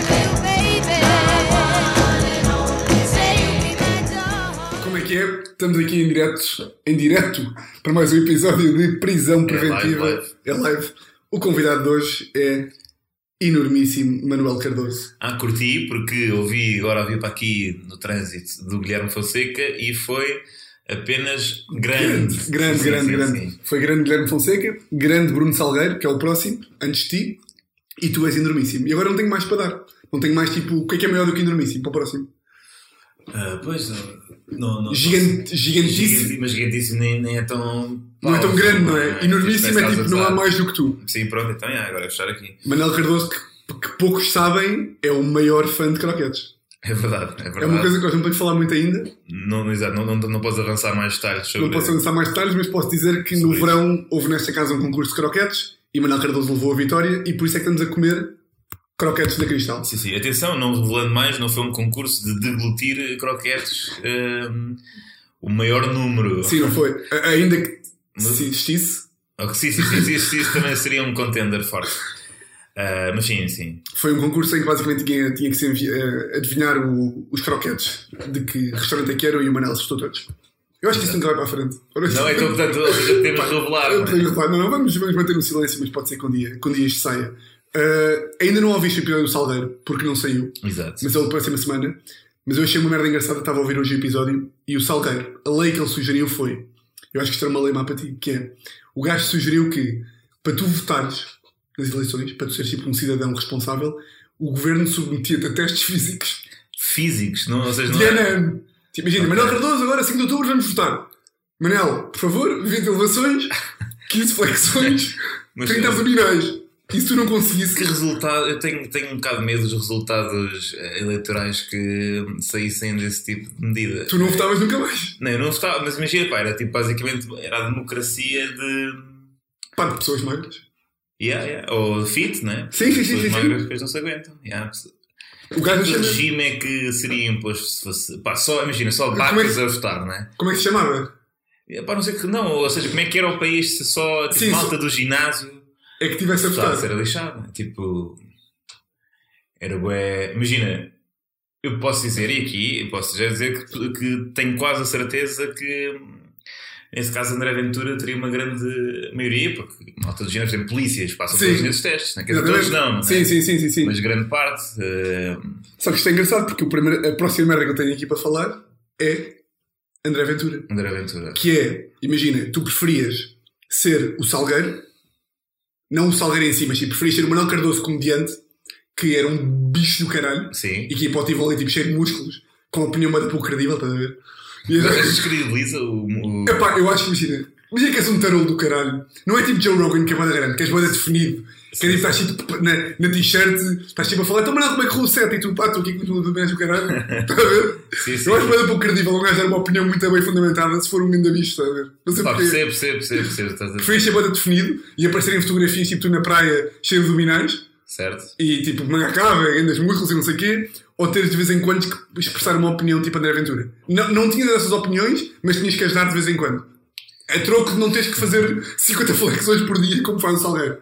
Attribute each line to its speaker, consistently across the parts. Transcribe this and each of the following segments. Speaker 1: é Estamos aqui em direto, em direto para mais um episódio de Prisão Preventiva.
Speaker 2: live, live.
Speaker 1: É live. O convidado de hoje é enormíssimo Manuel Cardoso.
Speaker 2: Ah, curti, porque ouvi agora a vir para aqui no trânsito do Guilherme Fonseca e foi apenas grande.
Speaker 1: grande,
Speaker 2: Sim,
Speaker 1: grande,
Speaker 2: sim,
Speaker 1: grande.
Speaker 2: sim.
Speaker 1: Foi grande Guilherme Fonseca, grande Bruno Salgueiro, que é o próximo, antes de ti, e tu és enormíssimo. E agora não tenho mais para dar. Não tenho mais tipo, o que é que é maior do que enormíssimo para o próximo?
Speaker 2: Ah, pois, não. não, não
Speaker 1: Gigante, gigantíssimo.
Speaker 2: Gigante- Mas gigantíssimo nem, nem é tão. assim,
Speaker 1: Não é tão grande, não é? Enormíssimo é tipo, não há mais do que tu.
Speaker 2: Sim, pronto, então, é, agora é fechar aqui.
Speaker 1: Manuel Cardoso, que, que poucos sabem, é o maior fã de croquetes.
Speaker 2: É verdade, é verdade.
Speaker 1: É uma coisa que nós não podemos falar muito ainda.
Speaker 2: não, não, exato, não, não, não posso avançar mais detalhes sobre.
Speaker 1: Não posso lançar mais detalhes, mas posso dizer que no
Speaker 2: Sobre isso.
Speaker 1: verão houve nesta casa um concurso de croquetes e Manuel Cardoso levou a vitória e por isso é que estamos a comer croquetes da Cristal.
Speaker 2: Sim, sim. Atenção, não revelando mais, não foi um concurso de deglutir croquetes hum, o maior número.
Speaker 1: Sim, não foi? A- Ainda que
Speaker 2: Mas-
Speaker 1: se existisse,
Speaker 2: Ok, Sim, sim, sim, sim, sim, isso também seria um contender forte. Ah, mas sim, sim.
Speaker 1: foi um concurso em que basicamente tinha, tinha que se envi- eh, adivinhar o- os croquetes de que restaurante é que eram e o Manuel acertou todos. Eu acho que isso nunca vai para a frente. Ora,
Speaker 2: Não, então, portanto, ou seja, podemos revelar.
Speaker 1: Eu
Speaker 2: não é?
Speaker 1: tenho claro, não, não, vamos, vamos manter no silêncio, mas pode ser que um dia, que um dia isto saia. Ah, ainda não ouviste o episódio do Salgueiro, porque não saiu.
Speaker 2: Exato.
Speaker 1: mas é o da próxima semana. Mas eu achei uma merda engraçada, estava a ouvir hoje o episódio e o Salgueiro, a lei que ele sugeriu foi: eu acho que isto era uma lei má para ti, que é o gajo sugeriu que para tu votares nas eleições, para tu seres tipo um cidadão responsável, o governo submetia-te a testes físicos
Speaker 2: Físicos, não, ou seja, não
Speaker 1: de ano a
Speaker 2: é,
Speaker 1: ano. Tipo, imagina, Manuel Cardoso, agora 5 de outubro vamos votar. Manel, por favor, 20 elevações, 15 flexões,
Speaker 2: mas, é.
Speaker 1: 30 abdominais. E se tu não
Speaker 2: que
Speaker 1: conseguisses,
Speaker 2: resultado, eu tenho, tenho um bocado de medo dos resultados eh, eleitorais que saíssem desse tipo de medida.
Speaker 1: tu não votavas nunca mais.
Speaker 2: Não, eu não estava, mas imagina, pá, era tipo basicamente era a democracia de.
Speaker 1: Pá, de pessoas magras.
Speaker 2: Yeah, yeah, ou fit, né?
Speaker 1: Sim, sim, sim,
Speaker 2: As
Speaker 1: sim, sim.
Speaker 2: magras depois não se aguentam. Yeah,
Speaker 1: O gajo
Speaker 2: que
Speaker 1: chama-
Speaker 2: regime é que seria imposto se fosse. Pá, só, imagina, só
Speaker 1: Como é que-
Speaker 2: vacas a votar, né?
Speaker 1: Como é que se chamava?
Speaker 2: É, Pá, não sei que. Não, ou seja, como é que era o país se só tipo,
Speaker 1: Sim,
Speaker 2: malta do ginásio
Speaker 1: é que tivesse a votar.
Speaker 2: Tá, era lixado? né? Tipo. Era bué. Imagina, eu posso dizer, e aqui, eu posso já dizer que, que tenho quase a certeza que. Nesse caso, André Ventura teria uma grande maioria, porque malta do ginásio tem polícias, passam
Speaker 1: Sim.
Speaker 2: todos nesses testes, né? Quer dizer, todos não, né?
Speaker 1: Sim, sim, sim, sim. sim.
Speaker 2: mas grande parte. eh,
Speaker 1: Só que isto é engraçado porque o primeiro- a próxima merda que eu tenho aqui para falar é André Ventura.
Speaker 2: André Ventura.
Speaker 1: Que é, imagina, tu preferias ser o Salgueiro, não o Salgueiro em si, mas tipo, preferias ser o Manuel Cardoso comediante, que era um bicho do caralho,
Speaker 2: Sim.
Speaker 1: e que ia para o Tivoli, tipo, cheio de músculos, com a opinião muito pouco credível, estás a ver? E
Speaker 2: Mas
Speaker 1: era-
Speaker 2: descredibiliza o. o...
Speaker 1: Epá, eu acho, imagina, imagina que és um tarolo do caralho. Não é tipo Joe Rogan que é banda grande, que és banda definido. Que é tipo, estás tipo na, na t-shirt, estás tipo a falar, então, mas como é que correu o set? E tu, pá, tu aqui com o do caralho. Está a ver?
Speaker 2: Sim, sim.
Speaker 1: Eu acho banda pouco credível, um gajo dar uma opinião muito bem fundamentada se for um menino da bicho, está a ver? Não sei
Speaker 2: Pá,
Speaker 1: porquê.
Speaker 2: percebo, percebo, percebo, percebo, estás a
Speaker 1: Preferias ser banda definido e aparecer em fotografias, tipo tu na praia, cheio de dominais,
Speaker 2: Certo?
Speaker 1: e tipo, manga cava, andas músculos e não sei o quê, ou teres de vez em quando que expressar uma opinião tipo André Ventura. Não, não tinhas essas opiniões, mas tinhas que as dar de vez em quando. A troco de não teres que fazer 50 flexões por dia, como faz o Salgueiro.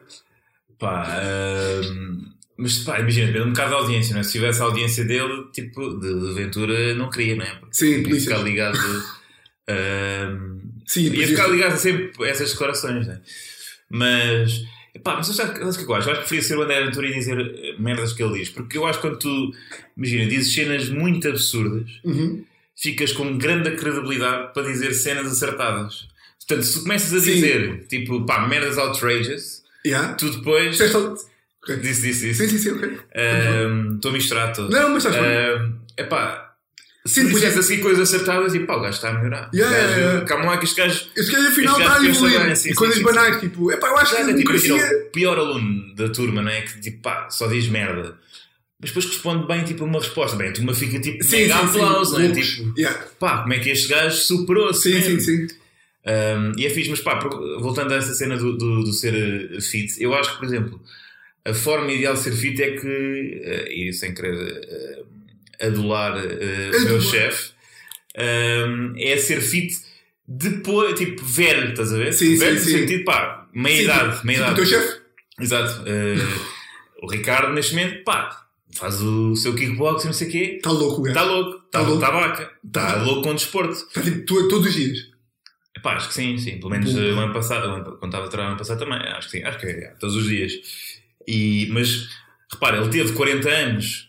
Speaker 2: Pá, hum, mas pá, imagina, depende um bocado da audiência, não é? Se tivesse a audiência dele, tipo, de, de Ventura não queria, não é? Porque
Speaker 1: Sim,
Speaker 2: ia
Speaker 1: polícias.
Speaker 2: ficar ligado. hum,
Speaker 1: Sim,
Speaker 2: ia
Speaker 1: depois
Speaker 2: ficar
Speaker 1: ias-
Speaker 2: ligado sempre a essas declarações, não é? Mas. Pá, mas sabes sabes o que é que eu acho? Eu acho que preferia ser o André Ventura e dizer eh, merdas que ele diz. Porque eu acho que quando tu, imagina, dizes cenas muito absurdas,
Speaker 1: Uhum.
Speaker 2: ficas com grande credibilidade para dizer cenas acertadas. Portanto, se tu começas a
Speaker 1: Sim.
Speaker 2: dizer, tipo, pá, merdas outrageous,
Speaker 1: Yeah.
Speaker 2: tu depois.
Speaker 1: Disseste al- Ok.
Speaker 2: Disse, disse, disse.
Speaker 1: Sim, sim, sim, ok.
Speaker 2: Ahm, Estou a misturar tudo.
Speaker 1: Uhum. Não, mas estás bem.
Speaker 2: É pá,
Speaker 1: Sim,
Speaker 2: se
Speaker 1: depois.
Speaker 2: disseste assim coisas acertadas e pá, o gajo está a melhorar. O
Speaker 1: Yeah,
Speaker 2: gajo-
Speaker 1: yeah, yeah.
Speaker 2: Calma lá que este gajo.
Speaker 1: Este gajo afinal
Speaker 2: Este
Speaker 1: está a
Speaker 2: gajo pensa
Speaker 1: evoluir.
Speaker 2: bem, sim,
Speaker 1: e
Speaker 2: sim,
Speaker 1: coisas
Speaker 2: sim,
Speaker 1: banais, tipo, epá, eu acho que a
Speaker 2: É, tipo, imagina,
Speaker 1: democracia.
Speaker 2: o pior aluno da turma, não é? Que tipo, pá, só diz merda. Mas depois responde bem, tipo, uma resposta. Bem, a turma fica tipo,
Speaker 1: Sim,
Speaker 2: mega
Speaker 1: sim, sim.
Speaker 2: aplauso, não é?
Speaker 1: Loucos.
Speaker 2: Tipo,
Speaker 1: Yeah.
Speaker 2: pá, como é que este gajo superou-se? né?
Speaker 1: Sim,
Speaker 2: mesmo?
Speaker 1: sim, sim.
Speaker 2: Um, e é fixe, mas pá, por- voltando a essa cena do, do- do ser eh, fit, eu acho que, por exemplo, a forma ideal de ser fit é que, eh, e sem querer eh, adular eh, o
Speaker 1: Adular.
Speaker 2: meu chefe, um, é ser fit depois, tipo, velho, estás a ver? Tipo,
Speaker 1: Sim,
Speaker 2: velho
Speaker 1: sim,
Speaker 2: no
Speaker 1: sim.
Speaker 2: sentido, pá, meia
Speaker 1: Sim,
Speaker 2: idade,
Speaker 1: tipo,
Speaker 2: meia
Speaker 1: tipo, O
Speaker 2: idade.
Speaker 1: teu chefe?
Speaker 2: Exato. Eh, o Ricardo, neste momento, pá, faz o seu kickbox e não sei o quê.
Speaker 1: Está Tá louco o gajo.
Speaker 2: Está louco,
Speaker 1: Tá
Speaker 2: está louco,
Speaker 1: louco.
Speaker 2: está vaca, está
Speaker 1: Tá.
Speaker 2: louco com o desporto.
Speaker 1: Está tipo tu- todos os dias.
Speaker 2: Epá, acho que sim, sim. Pelo menos
Speaker 1: Bom.
Speaker 2: eh, o ano passado, o ano- quando estava a treinar o ano passado também, acho que sim, acho que é, é, todos os dias. E, mas repara, ele teve 40 anos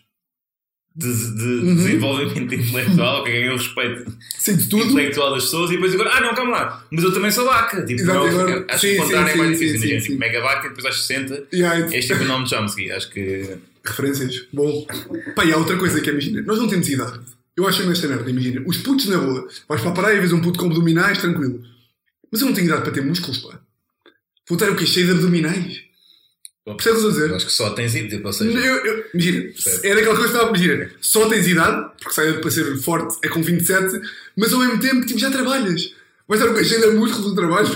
Speaker 2: de, de
Speaker 1: Uhum.
Speaker 2: desenvolvimento intelectual, que ganhou o respeito
Speaker 1: Sim, de tudo.
Speaker 2: intelectual das pessoas, e depois agora, ah não, calma lá, mas eu também sou vaca. Tipo,
Speaker 1: Exato,
Speaker 2: não,
Speaker 1: agora-
Speaker 2: acho
Speaker 1: sim,
Speaker 2: que o
Speaker 1: sim,
Speaker 2: contrário é
Speaker 1: sim,
Speaker 2: mais
Speaker 1: sim,
Speaker 2: difícil.
Speaker 1: sim,
Speaker 2: Imagina,
Speaker 1: sim.
Speaker 2: tipo, mega vaca e depois aos 60.
Speaker 1: Yeah, it's-
Speaker 2: Este é o nome de Chomsky, acho que.
Speaker 1: Referências. Bom. Pá, e há outra coisa que é, imagina, nós não temos idade. Eu acho nesta merda, imagina. Os putos na boa. Vais para a praia e vês um puto com abdominais, tranquilo. Mas eu não tenho idade para ter músculos, pá. Vou estar o quê? Cheio de abdominais? Percebes o que eu estou a dizer?
Speaker 2: Acho que só tens ido, tipo, ou
Speaker 1: Eu,
Speaker 2: seja,
Speaker 1: eu, imagina,
Speaker 2: Certo.
Speaker 1: era aquela coisa que estava a imagina. Só tens idade, porque sai para ser forte é com 27, mas ao mesmo tempo tipo, já trabalhas. Vais estar o quê? Cheio de músculos no trabalho?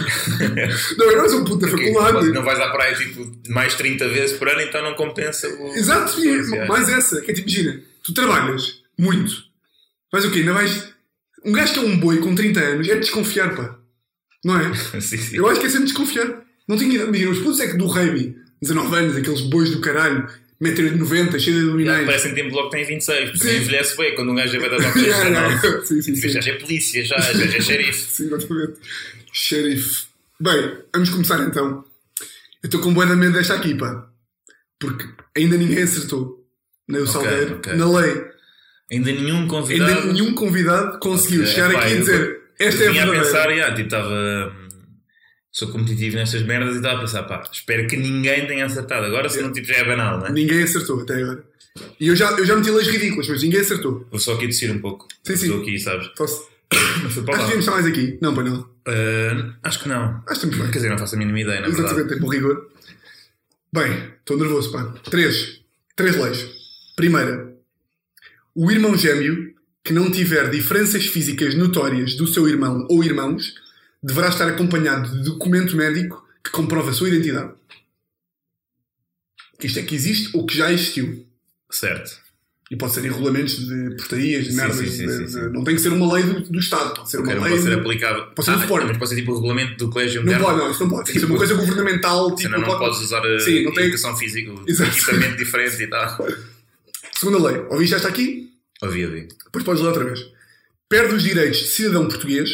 Speaker 1: não, eu não sou um puto da
Speaker 2: porque
Speaker 1: faculdade.
Speaker 2: não vais à praia tipo, mais 30 vezes por ano, então não compensa o.
Speaker 1: Exato, e
Speaker 2: Sim, sim.
Speaker 1: mais essa. Que é tipo, imagina, tu trabalhas muito. Mas o quê? Ainda vais. Um gajo que é um boi com 30 anos é de desconfiar, pá. Não é?
Speaker 2: Sim, sim.
Speaker 1: Eu acho que é sempre desconfiar. Não tinha idade. Imagina, os putos é que do rugby, 19 anos, aqueles bois do caralho, 1,90m, cheio de
Speaker 2: Yeah,
Speaker 1: abdominais.
Speaker 2: Parecem tempo logo que tem 26, porque
Speaker 1: Sim.
Speaker 2: envelhece bem quando um gajo vai dar logo
Speaker 1: Yeah, yeah.
Speaker 2: 19.
Speaker 1: Sim, sim, sim.
Speaker 2: Já já é polícia, já, já, já é xerife.
Speaker 1: Sim, exatamente. Xerife. Bem, vamos começar então. Eu estou com boa da medo desta aqui, pá. Porque ainda ninguém acertou. Nem o Salgueiro,
Speaker 2: ok.
Speaker 1: na lei.
Speaker 2: Ainda nenhum convidado.
Speaker 1: Ainda nenhum convidado conseguiu
Speaker 2: Ok, é
Speaker 1: chegar
Speaker 2: pá,
Speaker 1: aqui e
Speaker 2: eu-
Speaker 1: dizer esta é a
Speaker 2: Vinha a pensar,
Speaker 1: verdadeira.
Speaker 2: yeah, tipo, estava. hum, Sou competitivo nestas merdas e estava a pensar, pá, espero que ninguém tenha acertado. Agora, se não, tipo, já é banal, né?
Speaker 1: Ninguém acertou até agora. E eu já, eu já meti leis ridículas, mas ninguém acertou.
Speaker 2: Vou só aqui descer um pouco.
Speaker 1: Sim, sim.
Speaker 2: Estou aqui, sabes?
Speaker 1: Então, se-
Speaker 2: Mas foi para
Speaker 1: acho
Speaker 2: lá.
Speaker 1: que devíamos estar mais aqui. Não, pois não.
Speaker 2: Ah, acho que não.
Speaker 1: Acho que
Speaker 2: Quer
Speaker 1: estamos bem.
Speaker 2: dizer, não faço a mínima ideia, na É verdade.
Speaker 1: Exatamente, tem bom rigor. Bem, estou nervoso, pá. Três. Três leis. Primeira. O irmão gêmeo que não tiver diferenças físicas notórias do seu irmão ou irmãos deverá estar acompanhado de documento médico que comprova a sua identidade. Isto é que existe ou que já existiu.
Speaker 2: Certo.
Speaker 1: E pode ser em regulamentos de portarias, de
Speaker 2: Sim,
Speaker 1: merdas.
Speaker 2: sim, sim,
Speaker 1: de-
Speaker 2: sim,
Speaker 1: de-
Speaker 2: sim.
Speaker 1: Não tem que ser uma lei do, do Estado, pode ser
Speaker 2: Ok,
Speaker 1: uma
Speaker 2: não
Speaker 1: lei.
Speaker 2: pode ser
Speaker 1: de-
Speaker 2: aplicável.
Speaker 1: pode ser de fora.
Speaker 2: Mas pode ser tipo o regulamento do colégio
Speaker 1: Não
Speaker 2: moderno.
Speaker 1: pode, não, isso não pode. Tem que ser uma coisa governamental. Tipo,
Speaker 2: Senão não,
Speaker 1: pode-
Speaker 2: podes usar a
Speaker 1: Sim, não tem-
Speaker 2: educação física, o
Speaker 1: Exato.
Speaker 2: equipamento diferente e tal.
Speaker 1: Segunda lei, ouviste esta aqui?
Speaker 2: Ouvi, ouvi.
Speaker 1: Depois podes ler outra vez. Perde os direitos de cidadão português,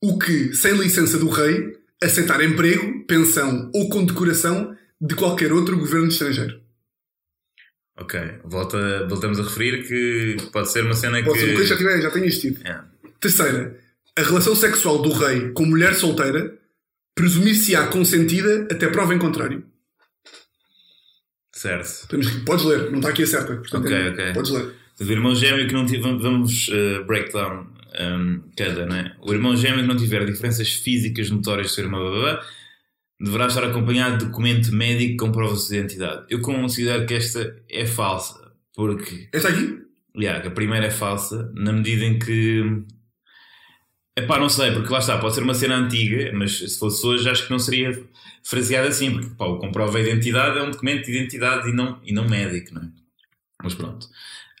Speaker 1: o que, sem licença do rei, aceitar emprego, pensão ou condecoração de qualquer outro governo estrangeiro.
Speaker 2: Ok, Volta, voltamos a referir que pode ser uma cena É que.
Speaker 1: Pode ser uma coisa que já, tiver, já tenha existido.
Speaker 2: É.
Speaker 1: Terceira, a relação sexual do rei com mulher solteira presumir-se-á consentida até prova em contrário.
Speaker 2: Certo.
Speaker 1: Temos que- Podes ler, não está aqui a certa. Portanto,
Speaker 2: Ok,
Speaker 1: é-
Speaker 2: ok.
Speaker 1: Podes ler.
Speaker 2: Portanto, o irmão gêmeo que não tiver. Vamos eh, break down ehm, cada, não é? O irmão gêmeo que não tiver diferenças físicas notórias do seu irmão blá, blá, blá, deverá estar acompanhado de documento médico que comprova a sua identidade. Eu considero que esta é falsa, porque
Speaker 1: Esta aqui?
Speaker 2: Yeah, que a primeira é falsa, na medida em que. Epá, não sei, porque lá está, pode ser uma cena antiga, mas se fosse hoje acho que não seria fraseada assim, porque pá, o comprova a identidade é um documento de identidade e não, e não médico, não é? Mas pronto.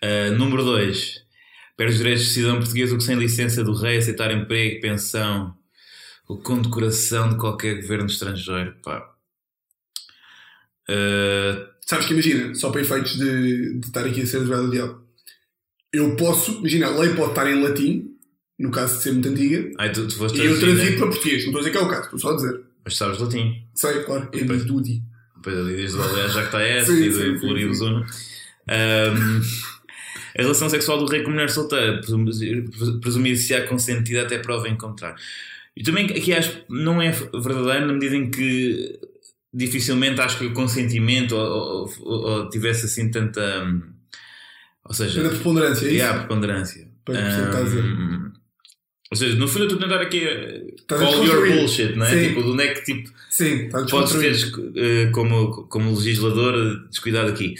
Speaker 2: Ah, número 2. Perde os direitos de cidadão português, o que sem licença do rei aceitar emprego, pensão, ou condecoração de qualquer governo estrangeiro, pá. Ah,
Speaker 1: Sabes que imagina, só para efeitos de, de estar aqui a ser advogado do diabo. Eu posso, imagina, a lei pode estar em latim, no caso de ser muito antiga,
Speaker 2: ai, tu, tu foste
Speaker 1: e eu
Speaker 2: traduzir,
Speaker 1: transito
Speaker 2: né?
Speaker 1: para português. Não estou a dizer que é o caso, estou só a dizer.
Speaker 2: Mas sabes latim.
Speaker 1: Sei, claro, é
Speaker 2: Pois.
Speaker 1: de duty.
Speaker 2: Depois ali desde o Balear já que está essa
Speaker 1: Sim,
Speaker 2: e
Speaker 1: sim,
Speaker 2: do
Speaker 1: sim,
Speaker 2: Florido
Speaker 1: sim.
Speaker 2: Zona. Ahm, a relação sexual do rei com mulher solteira, presumir- presumir-se-á consentida até prova em contrário. E também aqui acho que não é verdadeiro na medida em que dificilmente acho que o consentimento ou, ou- ou- ou tivesse assim tanta. hum, Ou seja,
Speaker 1: Na preponderância, é isso?
Speaker 2: e há preponderância.
Speaker 1: Pois, percebo o É que estás a dizer.
Speaker 2: Hum, ou seja, no fundo eu estou a tentar aqui eh,
Speaker 1: Estás a
Speaker 2: call your
Speaker 1: desconstruir.
Speaker 2: bullshit, não é?
Speaker 1: Sim.
Speaker 2: Tipo, de onde é que tipo,
Speaker 1: Sim, está a
Speaker 2: Podes
Speaker 1: desconstruir.
Speaker 2: ter, eh, como, como legislador, descuidado aqui.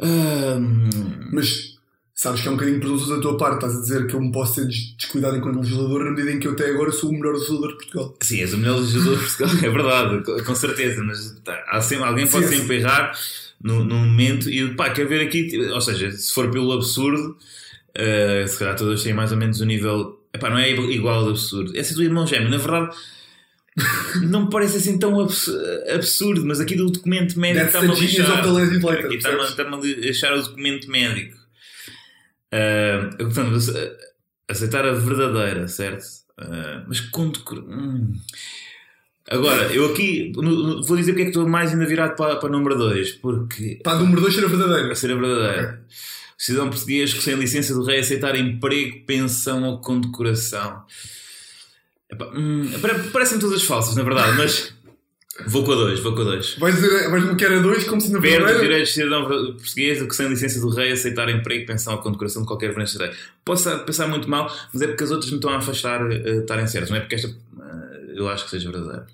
Speaker 2: Ah, hum,
Speaker 1: Mas sabes que é um bocadinho presunçoso da tua parte, estás a dizer que eu me posso ter des- descuidado enquanto legislador na medida em que eu até agora sou o melhor legislador de Portugal.
Speaker 2: sim, és o melhor legislador de Portugal, é verdade, co- com certeza, mas tá, há sempre, alguém pode
Speaker 1: Sim,
Speaker 2: sempre errar no, no momento e pá, quer ver aqui, tipo, ou seja, se for pelo absurdo, eh, é se calhar todas têm mais ou menos o nível. Epá, não é igual ao absurdo. Essa do irmão gêmeo, na verdade, não me parece assim tão abs- absurdo, mas aqui do documento médico
Speaker 1: That's
Speaker 2: está-me a
Speaker 1: the genius of
Speaker 2: lixar.
Speaker 1: the legislator.
Speaker 2: tá Aqui tá está-me a-
Speaker 1: percebes?
Speaker 2: está-me a lixar o documento médico. Ah, portanto, ace- aceitar a verdadeira, certo? Ah, mas quando. hum. Agora, eu aqui no- no- vou dizer porque é que estou mais ainda virado para, para a número 2, porque
Speaker 1: Pá, Tá número 2 ser a
Speaker 2: a
Speaker 1: verdadeira.
Speaker 2: ser a verdadeira. O cidadão português que sem licença do rei aceitar emprego, pensão ou condecoração. Epá, hum, pare- Parecem todas falsas, na verdade, mas vou com a dois, vou com a dois.
Speaker 1: Vais dizer, vais bloquear a 2 como se na
Speaker 2: Perde os
Speaker 1: verdadeira.
Speaker 2: direitos do cidadão português do que sem licença do rei aceitar emprego, pensão ou condecoração de qualquer beneficiário. Posso estar a pensar muito mal, mas é porque as outras me estão a afastar eh, de estarem certas, não é porque esta eh, eu acho que seja verdadeira.